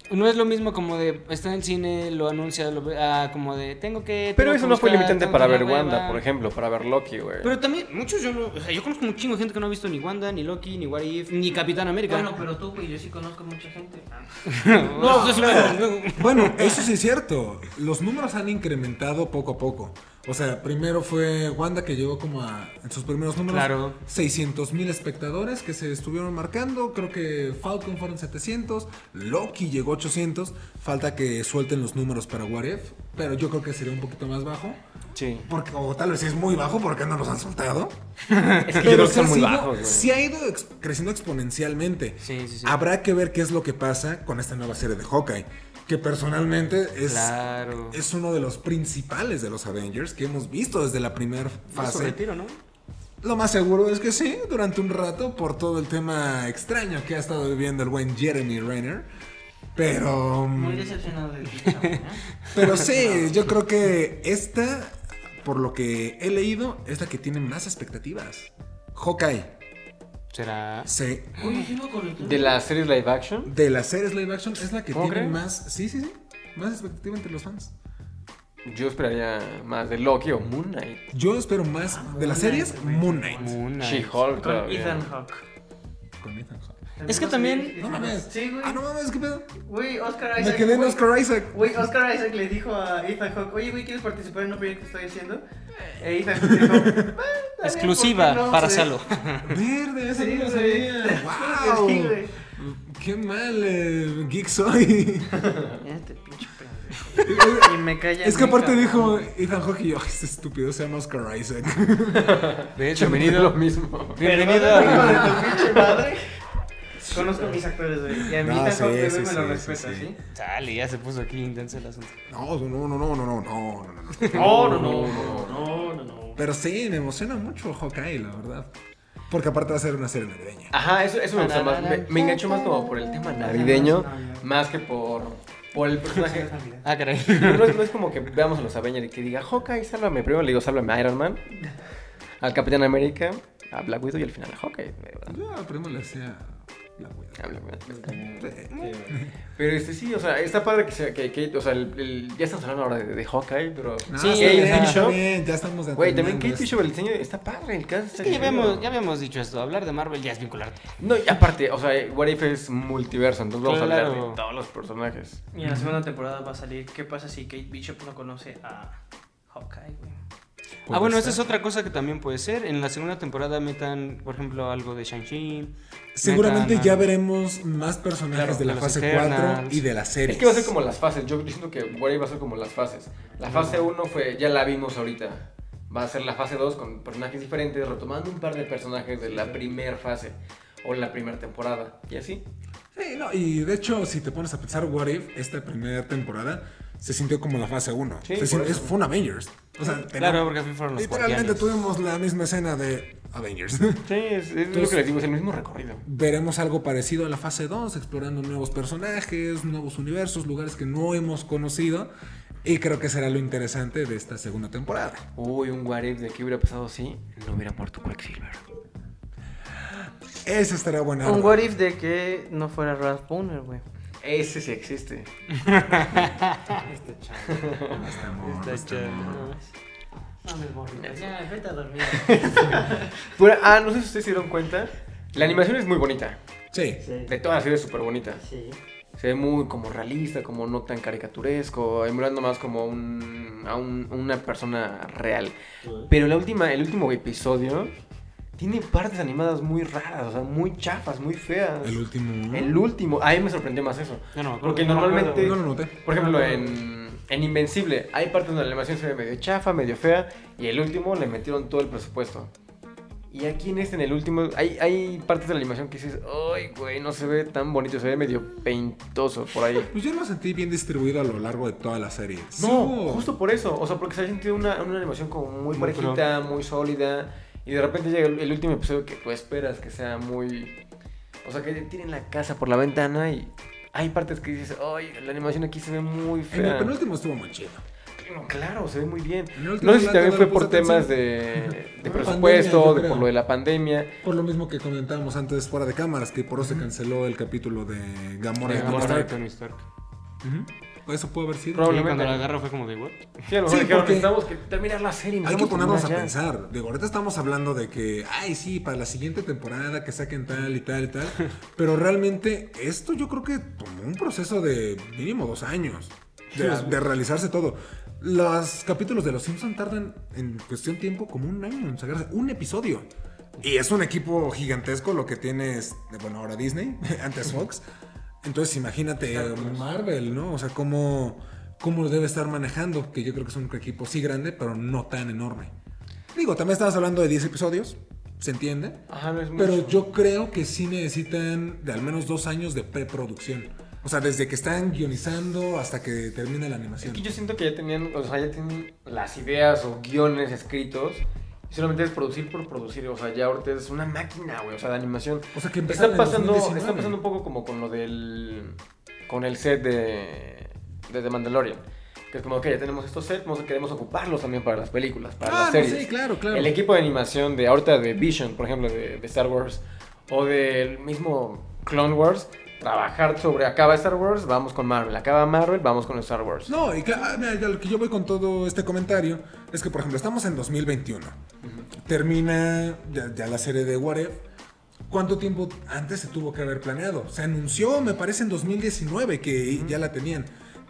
no es lo mismo como de está en el cine, lo anuncia, lo ve- ah, como de tengo que.
Pero
tengo
eso
que
no fue
buscar,
limitante
tengo
para
que
ver
la hueva.
Wanda, por ejemplo, para ver Loki, güey.
Pero también, muchos yo no. O sea, yo conozco un chingo de gente que no ha visto ni Wanda, ni Loki, ni What If, ni Capitán América.
Bueno, pero tú, güey, yo sí conozco mucha gente.
No,
*laughs*
Bueno, eso sí es cierto. Los números han incrementado poco a poco. O sea, primero fue Wanda que llegó como a, en sus primeros números,
Claro.
600 mil espectadores que se estuvieron marcando. Creo que Falcon fueron 700, Loki llegó a 800. Falta que suelten los números para What If, pero yo creo que sería un poquito más bajo.
Sí.
Porque, o tal vez sí es muy bajo porque no los han soltado.
*laughs* Es que yo creo que son muy
sí ha sido-
bajos, güey.
sí ha ido ex- creciendo exponencialmente.
Sí, sí, sí.
Habrá que ver qué es lo que pasa con esta nueva serie de Hawkeye. Que personalmente es,
Claro.
pues, es uno de los principales de los Avengers que hemos visto desde la primera
Fue su
fase.
retiro, ¿no?
Lo más seguro es que sí, durante un rato, por todo el tema extraño que ha estado viviendo el buen Jeremy Renner. Pero. mm,
Muy decepcionado de ti, chavo, ¿eh?
pero
*laughs*
sí, yo creo que esta, por lo que he leído, es la que tiene más expectativas. Hawkeye.
Será.
Sí.
Oye, sí me acordé.
De las series live action.
De las series live action es la que
¿Cómo
tiene
creen?
más. Sí, sí, sí. Más expectativa entre los fans.
Yo esperaría más de Loki o Moon Knight.
Yo espero más
Ah,
de las series Moon Knight.
Una.
She-Hulk.
Con
todavía.
Ethan Hawke.
Con Ethan Hawke.
Es que también-
No mames.
Sí, güey.
Ah, no mames, qué pedo.
Güey, Oscar Isaac.
Me quedé en
güey.
Oscar Isaac.
Güey, Oscar Isaac le dijo a Ethan Hawke, oye, güey, ¿quieres participar en un proyecto que estoy haciendo? E Ethan Hawke dijo, "Ah, también, ¿por qué
Exclusiva
no?"
para
Sí.
Salo.
Verde, esa
Sí,
no la
güey.
sabía.
*laughs* Sí, güey.
¡Wow! Qué mal, eh, geek soy. *laughs*
Este pinche pendejo. Y me calla.
Es que
nunca.
aparte dijo Ethan Hawke y yo, "Ay, este estúpido se llama Oscar Isaac. *laughs*
De hecho,
Bienvenido lo
bienvenido.
mismo.
Bienvenido
Hijo de
a.
tu pinche madre. Conozco a mis actores, güey. Y a mí
No,
Ethan
sí,
Hawke, güey,
sí,
me
sí,
lo
sí,
respeta,
sí.
¿sí?
Sale, ya se puso aquí intenso el asunto.
No, no, no, no, no, no, no, no, no. no.
No, no, no, no, no, no, no.
Pero sí, me emociona mucho Hawkeye, la verdad. Porque aparte va a ser una serie navideña.
Ajá, eso, eso me gusta más. Me, me engancho más como por el tema navideño, más que por, por el personaje.
Ah, caray.
No es, no es como que veamos a los Avengers y que diga, Hawkeye, sálvame. Primero le digo, sálvame a Iron Man, al Capitán América, a Black Widow y al final a Hawkeye. ¿verdad?
Yo al primo le hacía la hueá.
A Black Widow. Pero este sí, o sea, está padre que sea, que, que- o sea, el- el- ya estamos hablando ahora de, de Hawkeye, pero...
Ah, Sí,
está
Kate
bien, Ah, está
Bishop.
bien, ya estamos de
Güey, también Kate Bishop, el diseño está padre, el cast
Es
está
que ya
chido.
habíamos, ya habíamos dicho esto. Hablar de Marvel ya es vincularte.
No, y aparte, o sea, What If es multiverso, entonces vamos a hablar
Claro.
de todos los personajes.
Y en la segunda temporada va a salir, ¿qué pasa si Kate Bishop no conoce a Hawkeye, güey?
Ah, bueno, esa
eso
es otra cosa que también puede ser. En la segunda temporada metan, por ejemplo, algo de Shang-Chi.
Seguramente
metan-
ya veremos más personajes
Claro,
de la
de los
fase
Eternals.
4 y de la serie.
Es que va a ser como las fases. Yo siento que What If va a ser como las fases. La fase 1 fue, ya la vimos ahorita. Va a ser la fase 2 con personajes diferentes, retomando un par de personajes de la primera fase o la primera temporada. Y así.
Sí, no, y de hecho, si te pones a pensar, What If, esta primera temporada se sintió como la fase 1.
Sí,
se
por
sintió,
eso.
es, fue un Avengers. O sea,
Claro,
tenemos-
porque así fueron los
literalmente
guardianes.
tuvimos la misma escena de
*laughs*
Avengers.
Sí, es, es lo que les digo, es el mismo recorrido.
Veremos algo parecido a la fase 2, explorando nuevos personajes, nuevos universos, lugares que no hemos conocido. Y creo que será lo interesante de esta segunda temporada.
Uy, un What If de qué hubiera pasado si no hubiera muerto Quicksilver.
Esa estará buena.
Un what if de que no fuera Ralph Boner, güey.
Ese sí existe.
Está chido.
No me borres. Ya, vete a dormir.
Pura- ah, no sé si ustedes se dieron cuenta. La animación es muy bonita.
Sí.
De todas las series es súper bonita.
Sí.
Se ve muy como realista, como no tan caricaturesco, emulando más como un, a un- una persona real. Pero la última, el último episodio tiene partes animadas muy raras, o sea, muy chafas, muy feas.
El último.
El último, a mí me sorprendió más eso.
Yo no me acuerdo,
Porque
no me
normalmente,
No lo noté.
por ejemplo, en, en Invencible hay partes donde la animación se ve medio chafa, medio fea, y el último le metieron todo el presupuesto. Y aquí en este, en el último, hay, hay partes de la animación que dices, ay, güey, no se ve tan bonito, se ve medio peintoso
*laughs*
por ahí.
Pues yo lo sentí bien distribuido a lo largo de toda la serie. Sí
No,
hubo-
justo por eso. O sea, porque se ha sentido una, una animación como muy,
Muy
parejita, muy sólida. Y de repente llega el, el último episodio que tú esperas que sea muy. O sea, que tiren la casa por la ventana y hay partes que dices, ay, la animación aquí se ve muy
En el
fea.
penúltimo estuvo muy chido.
No, claro, se ve muy bien.
En el último
No sé si
lado
también
no
fue
le
por
puse
temas
atención. *laughs*
de, de
Por
presupuesto,
pandemia, yo
de,
creo.
por lo de la pandemia.
Por lo mismo que comentábamos antes fuera de cámaras, que por eso se canceló el capítulo de Gamora y Tony
Ahora de
Stark.
Tony Stark.
Ujú. Eso pudo haber sido.
Pro-
Y cuando
Probablemente.
la agarra fue como de, ¿what?
Sí, a lo
Sí,
mejor dijeron,
porque-
necesitamos que terminar la serie.
Hay que
necesitamos
ponernos a
terminar ya".
pensar. Digo, ahorita estamos hablando de que, ay, sí, para la siguiente temporada que saquen tal y tal y tal. Pero realmente, esto yo creo que tomó un proceso de mínimo dos años de, de realizarse todo. Los capítulos de Los Simpson tardan en cuestión tiempo como un año en sacarse un episodio. Y es un equipo gigantesco lo que tienes, bueno, ahora Disney, *laughs* antes Fox. Entonces imagínate Marvel, ¿no? O sea, cómo, cómo lo debe estar manejando, que yo creo que es un equipo sí grande, pero no tan enorme. Digo, también estabas hablando de 10 episodios, se entiende.
Ajá, no es mucho.
Pero yo creo que sí necesitan de al menos dos años de preproducción. O sea, desde que están guionizando hasta que termina la
Es
animación.
que yo siento que ya tenían, o sea, ya tienen las ideas o guiones escritos. Y solamente es producir por producir. O sea, ya ahorita es una máquina, güey. O sea, de animación.
O sea, que empezaron
Está
en
pasando,
2019.
está pasando un poco como con lo del. con el set de. de The Mandalorian. Que es como, ok, ya tenemos estos sets, vamos- queremos ocuparlos también para las películas, para
Ah,
las
no,
series.
sí, claro, claro.
El equipo de animación de ahorita de Vision, por ejemplo, de, de Star Wars, o del mismo Clone Wars, trabajar sobre acaba Star Wars, vamos con Marvel, acaba Marvel, vamos con Star Wars.
No, y que- ah, mira, ya lo que yo voy con todo este comentario es que, por ejemplo, estamos en 2021. Termina ya, ya la serie de What If. ¿Cuánto tiempo antes se tuvo que haber planeado? Se anunció, me parece, en 2019 que ya la tenían.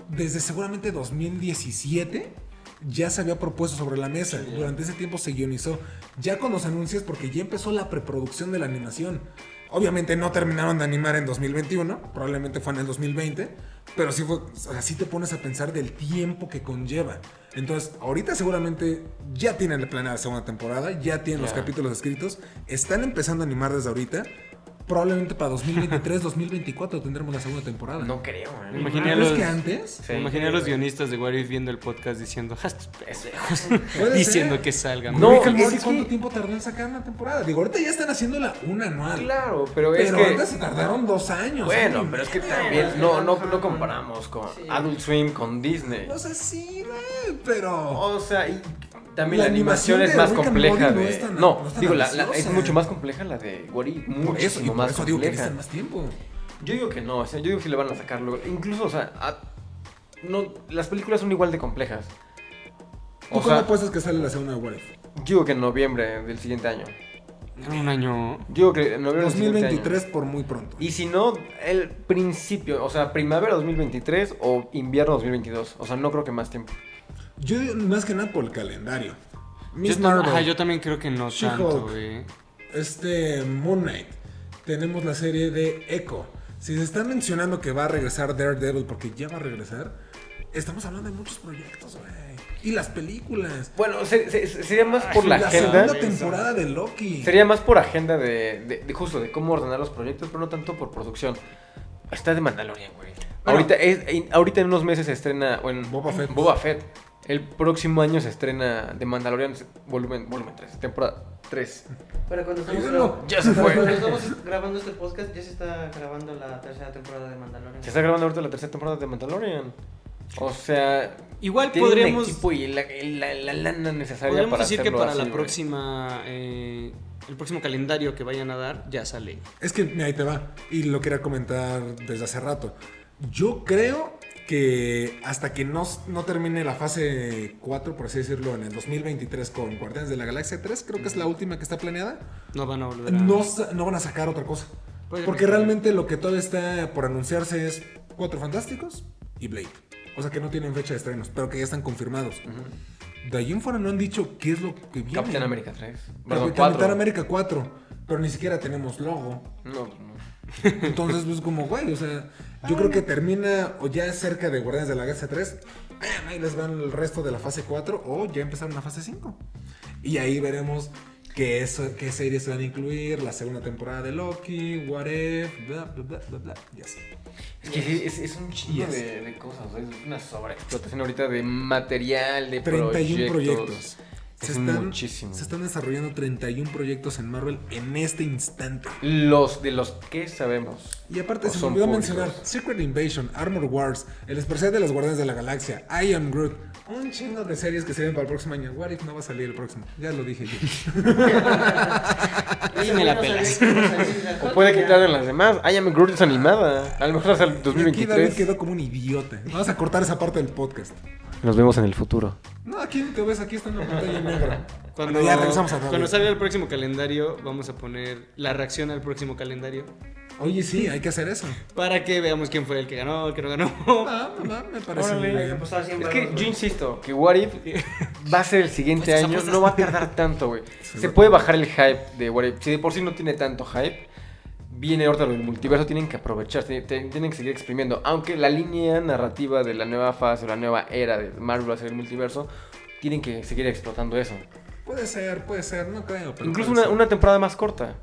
Desde seguramente 2017 ya se había propuesto sobre la mesa. Durante ese tiempo se guionizó. Ya con los anuncios, porque ya empezó la preproducción de la animación. Obviamente no terminaron de animar en 2021, probablemente fue en el 2020, pero sí fue, o sea, sí te pones a pensar del tiempo que conlleva. Entonces, ahorita seguramente ya tienen planeada la segunda temporada, ya tienen los
Ya.
capítulos escritos, están empezando a animar desde ahorita. Probablemente para 2023, 2024 tendremos la segunda temporada.
No creo,
Me
¿eh?
imaginé a
¿Crees
los-
que antes?
Sí.
me imaginé a los guionistas de What If viendo el podcast diciendo, "Ja, estos pendejos",
Puede
*laughs* diciendo
ser.
que salgan.
No,
No,
es que-
¿cuánto tiempo tardó en sacar una temporada? Digo, ahorita ya están haciéndola una anual.
Claro, pero,
Pero
es que.
antes se tardaron dos años.
Bueno,
año y
pero es que
medio.
también no, no, no comparamos con Adult Swim, con Disney.
O sea, sí, güey, pero.
O sea, y también la,
La animación
animación, es
de
más
Rick and
compleja
Morty no
de...
es tan-
No,
no es tan
digo, la- la- es
ambiciosa. eh.
mucho más compleja la de Wari, muchísimo
Por eso, y por
más
eso digo que
compleja.
necesitan más tiempo.
Yo digo que no, o sea, yo digo que le van a sacar luego. Incluso, o sea, a- no, las películas son igual de complejas.
¿Tú
O
cuándo
sea,
apuestas que sale la segunda de What If?
yo digo que en noviembre del siguiente año.
Un año.
Yo digo que en noviembre del siguiente año.
2023 por muy pronto.
Y si no, el principio, o sea, primavera 2023 o invierno 2022. O sea, no creo que más tiempo.
Yo digo, más que nada por el calendario. Miss
yo, tam-
Marvel,
ajá, yo también creo que no
She-Hulk.
tanto, güey.
este Moon Knight, tenemos la serie de Echo. Si se está mencionando que va a regresar Daredevil porque ya va a regresar, estamos hablando de muchos proyectos, güey. Y las películas.
Bueno, se- se- se- sería más por la, agenda.
segunda temporada de Loki.
Sería más por agenda de, de- de justo de cómo ordenar los proyectos, pero no tanto por producción. Está de Mandalorian, güey. ahorita, es- en, ahorita en unos meses se estrena. o en-
Boba Fett.
Fett. El próximo año se estrena de Mandalorian se- volumen, volumen 3, temporada 3.
Pero cuando estamos,
Ayúdenlo.
grabando-
Ya se
cuando
fue.
estamos grabando este podcast, ya se está grabando la tercera temporada de Mandalorian.
se está grabando ahorita la tercera temporada de Mandalorian. O sea.
Igual
tienen el
podríamos-
equipo y la, la- la lana necesaria
Podríamos
para
decir que
hacerlo
para
así,
la
güey.
próxima. eh, el próximo calendario que vayan a dar ya sale.
*laughs* Es que mira, ahí te va. Y lo quería comentar desde hace rato. Yo creo que hasta que no, no termine la fase 4, por así decirlo, en el 2023 con Guardianes de la Galaxia 3, creo que es la última que está planeada,
No van a volver a.
no, sa- no van a sacar otra cosa.
Puede
Porque
ser.
realmente lo que todavía está por anunciarse es Cuatro Fantásticos y Blade. O sea que no tienen fecha de estrenos, pero que ya están confirmados. De allí en fuera no han dicho qué es lo que viene.
Capitán América 3. Perdón,
Capitán
4.
América 4, pero ni siquiera tenemos logo.
No, pues no.
Entonces, pues como, güey, o sea, yo creo que termina o ya cerca de Guardianes de la Galaxia 3, ¡pam! ahí les van el resto de la fase 4 o ya empezaron la fase 5. Y ahí veremos qué, eso- qué series se van a incluir, la segunda temporada de Loki, What If, bla, bla, bla, bla, bla, y así.
Es que sí, es, es un chingo
Yes.
de, de cosas, es una sobreexplotación ahorita de material, de
31
proyectos.
proyectos. Se
Es
están,
muchísimo.
se están desarrollando 31 proyectos en Marvel en este instante.
Los de los que sabemos.
Y aparte
O
se me
son
olvidó
públicos.
mencionar Secret Invasion, Armor Wars, El especial de los Guardianes de la Galaxia, I Am Groot, un chingo de series que se ven para el próximo año. What If no va a salir el próximo, ya lo dije
*laughs*
yo.
Y me la pelas.
O puede que tarden las demás. I am Groot es animada. A lo mejor hasta el
Aquí David
2023.
quedó como un idiota. Vamos a cortar esa parte del podcast.
Nos vemos en el futuro.
No, aquí te ves, aquí está en la pantalla negra.
*laughs* Cuando,
ya regresamos a David.
cuando salga el próximo calendario, vamos a poner la reacción al próximo calendario.
Oye, sí, hay que hacer eso.
Para que veamos quién fue el que ganó, el que no ganó. *laughs*
Ah, mamá, me parece
Oh. Órale.
muy
Hay que
bien.
apostar cien
Es que
varos,
yo
güey.
insisto que What If va a ser el siguiente
Apuestas,
año,
apuestas.
no va a tardar tanto, güey.
Pues, Sí,
Se
güey.
puede bajar el hype de What If. Si de por sí no tiene tanto hype, viene ahorita lo del multiverso, tienen que aprovechar, te- te- tienen que seguir exprimiendo. Aunque la línea narrativa de la nueva fase o la nueva era de Marvel va a ser el multiverso, tienen que seguir explotando eso.
Puede ser, puede ser, no creo. pero
Incluso
puede
una, una temporada más corta.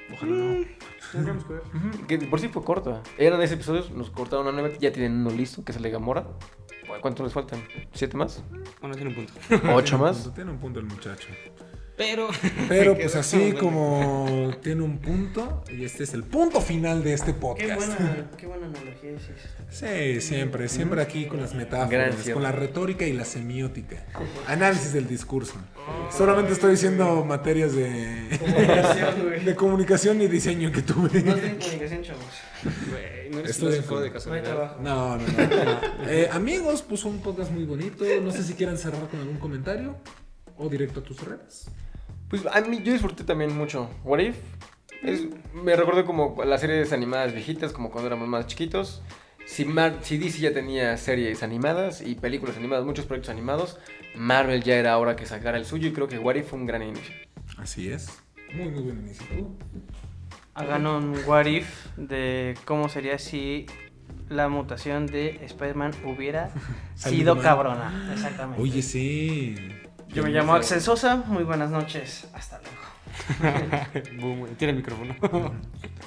ser. Ojalá no.
Mm, Tendríamos que ver.
Ujú, Que de por sí fue corta. Eran 10 episodios, nos cortaron a 9, ya tienen uno listo, que es el de Gamora. ¿Cuántos les faltan? ¿Siete más?
Bueno, tiene un punto.
¿Ocho
Tiene un
más?
punto, Tiene un punto el muchacho.
Pero.
Pero
me
pues
quedo
así
con-
como tiene un punto, y este es el punto final de este
Qué
podcast.
buena, qué buena analogía es esta.
Sí, siempre, siempre aquí con las metáforas,
Gracias.
con la retórica y la semiótica. Análisis del discurso. Solamente estoy diciendo materias de,
Comunicación, güey.
de comunicación y diseño que
No
tuve.
tienen comunicación, chavos.
Güey, no eres
Estoy
filósofo
con-
No
de
hay
casualidad.
trabajo.
No, no, no. no. Eh, amigos, pues un podcast muy bonito. No sé si quieran cerrar con algún comentario o directo a tus redes.
Pues a mí yo disfruté también mucho What If. Es- me recordó como las series animadas viejitas, como cuando éramos más chiquitos. Si, Mar- si DC ya tenía series animadas y películas animadas, muchos proyectos animados, Marvel ya era hora que sacara el suyo y creo que What If fue un gran inicio.
Así es. Muy, muy buen inicio.
Hagan un what if de cómo sería si la mutación de Spider-Man hubiera
Salido
sido
mal.
cabrona. Exactamente.
Oye, sí.
Yo me llamo Axel Sosa. Muy buenas noches. Hasta luego.
Boom, güey, tira el micrófono.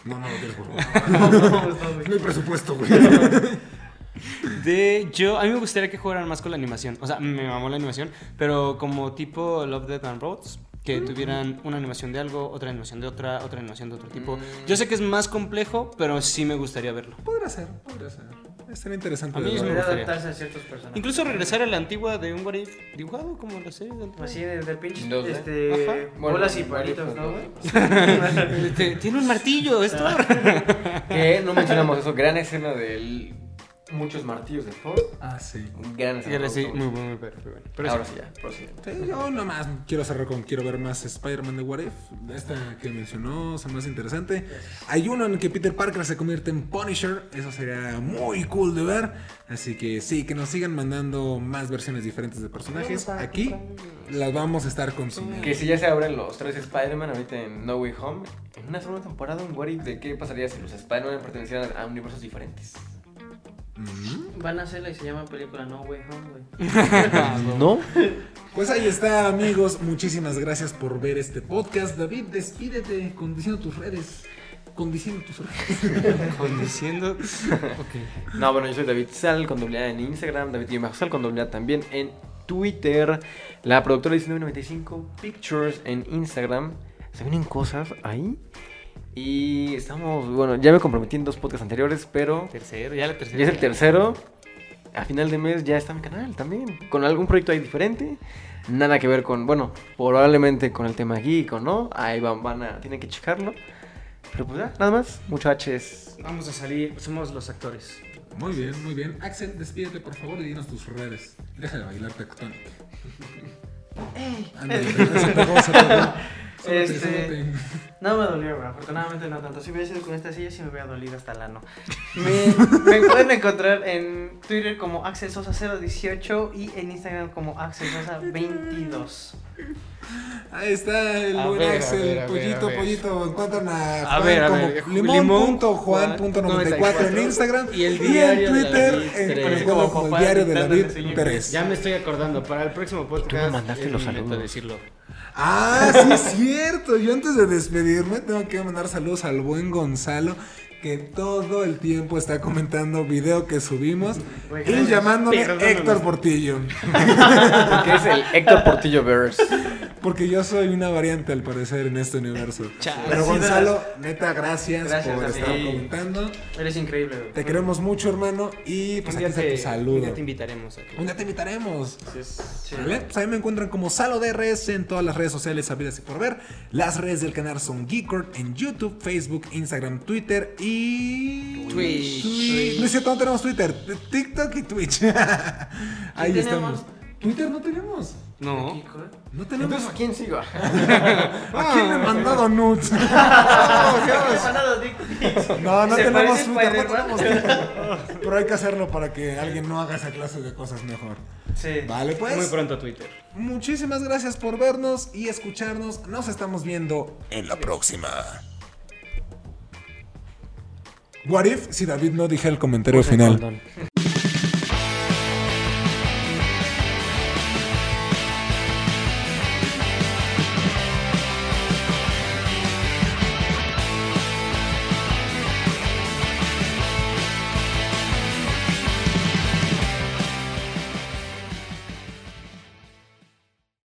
No, no, lo quiero, por favor. No
No,
hay presupuesto, güey.
De yo, a mí me gustaría que jugaran más con la animación. O sea, me mamó la animación, pero como tipo Love, Death and Robots,
Mm.
que tuvieran una animación de algo, otra animación de otra, otra animación de otro tipo.
Mm.
Yo sé que es más complejo, pero sí me gustaría verlo.
Podría ser, podría ser. Estaría interesante.
A mí
de
es
ver.
me gustaría.
adaptarse a ciertos personajes.
Incluso regresar a la antigua de un What If dibujado, como la serie
*laughs*
del
Así Pues de, de pinches
Dos, ¿eh?
Ajá.
este,
Bueno,
bolas y
What If
palitos,
fue
¿no,
dos.
güey?
Este, Tiene un martillo, esto.
Ah, Que no mencionamos eso, gran escena del muchos martillos de Thor.
Ah, sí.
Gran
Y ahora
escena.
sí,
de Thor.
muy bueno, muy bueno, muy bueno. Pero
Ahora
sí.
sí ya, prosigue.
Sí, yo nomás quiero cerrar con quiero ver más Spider-Man de What If. Esta que mencionó se me hace interesante. Hay uno en el que Peter Parker se convierte en Punisher. Eso sería muy cool de ver. Así que sí, que nos sigan mandando más versiones diferentes de personajes. Aquí las vamos a estar consumiendo.
Que si ya se abren los tres Spider-Man ahorita en No Way Home, en una segunda temporada, un What If de qué pasaría si los Spider-Man pertenecieran a universos diferentes.
Mm.
Van a hacerla y se llama película No Way Home, güey.
¿No?
Pues ahí está, amigos. Muchísimas gracias por ver este podcast. David, despídete con diciendo tus redes. Con diciendo tus redes.
Condiciendo. Ok.
No, bueno, yo soy David Sal con doble A en Instagram, David Guimajo Sal con doble A también en Twitter, la productora 1995 Pictures en Instagram. Se vienen cosas ahí. Y estamos, bueno, ya me comprometí en dos podcasts anteriores, pero
Tercero, ya la tercera.
ya es el tercero. A final de mes ya está mi canal también, con algún proyecto ahí diferente. Nada que ver con, bueno, probablemente con el tema geek o no. Ahí van, van a, tienen que checarlo. Pero pues ya, nada más, muchachos.
Vamos a salir, somos los actores.
Muy bien, muy bien. Axel, despídete por favor y dinos tus redes. Deja de bailar tectónica. Ándale, regrésate, gózate, güey.
Este-
Solamente,
*laughs* No me dolió, güey. Afortunadamente no tanto. Si hubiese sido con esta silla, sí me hubiera dolido hasta
*laughs*
el ano. Me, me pueden encontrar en Twitter como Axel Sosa 018 y en Instagram como Axel Sosa 22.
solamente. Ahí está el
A
buen
ver, a
Axel,
ver, a ver,
pollito,
a ver.
pollito. Encuentran a Juan
A ver, a
como
ver,
limón.juan.94 en Instagram
Y el
en
diario de
Twitter
David
en-
tres.
encuentran como,
Como
el
papá
diario de
dictándole
David
señor.
3.
Ya me estoy acordando, para el próximo podcast.
mandaste
es
los
mi meta
saludos.
decirlo.
Ah, sí es cierto. Yo antes de despedirme tengo que mandar saludos al buen Gonzalo que todo el tiempo está comentando video que subimos
Güey,
y
gracias.
llamándome
Perdónanos.
Héctor Portillo,
Porque es el Héctor Portillo Verse.
porque yo soy una variante al parecer en este universo.
Chale.
Pero
Sí,
Gonzalo, neta, gracias,
Gracias,
por
amigo.
estar comentando.
Eres increíble, güey.
Te queremos mucho, hermano, y pues
Un
aquí
día
está tu saludo.
un día te invitaremos a
Un día te invitaremos.
Sí.
¿Vale? Pues ahí me encuentran como Salo DRS en todas las redes sociales habidas y por ver. Las redes del canal son Geekord en YouTube, Facebook, Instagram, Twitter y...
Twitch.
Twi- No es cierto, no tenemos Twitter. TikTok y Twitch. *laughs* ahí
tenemos?
estamos. Twitter no tenemos.
No.
No tenemos.
*laughs*
*laughs* Entonces, ¿a quién sigo?
¿A quién le he mandado nudes?
mandado dick pics.
No, no
Se
tenemos
parece
Twitter, no
Spider-Man.
tenemos tiempo. Pero hay que hacerlo para que alguien no haga esa clase de cosas mejor.
Sí.
Vale, pues.
Muy pronto a Twitter.
Muchísimas gracias por vernos y escucharnos. Nos estamos viendo en la próxima. What if si David no dije el comentario final?
Perdón.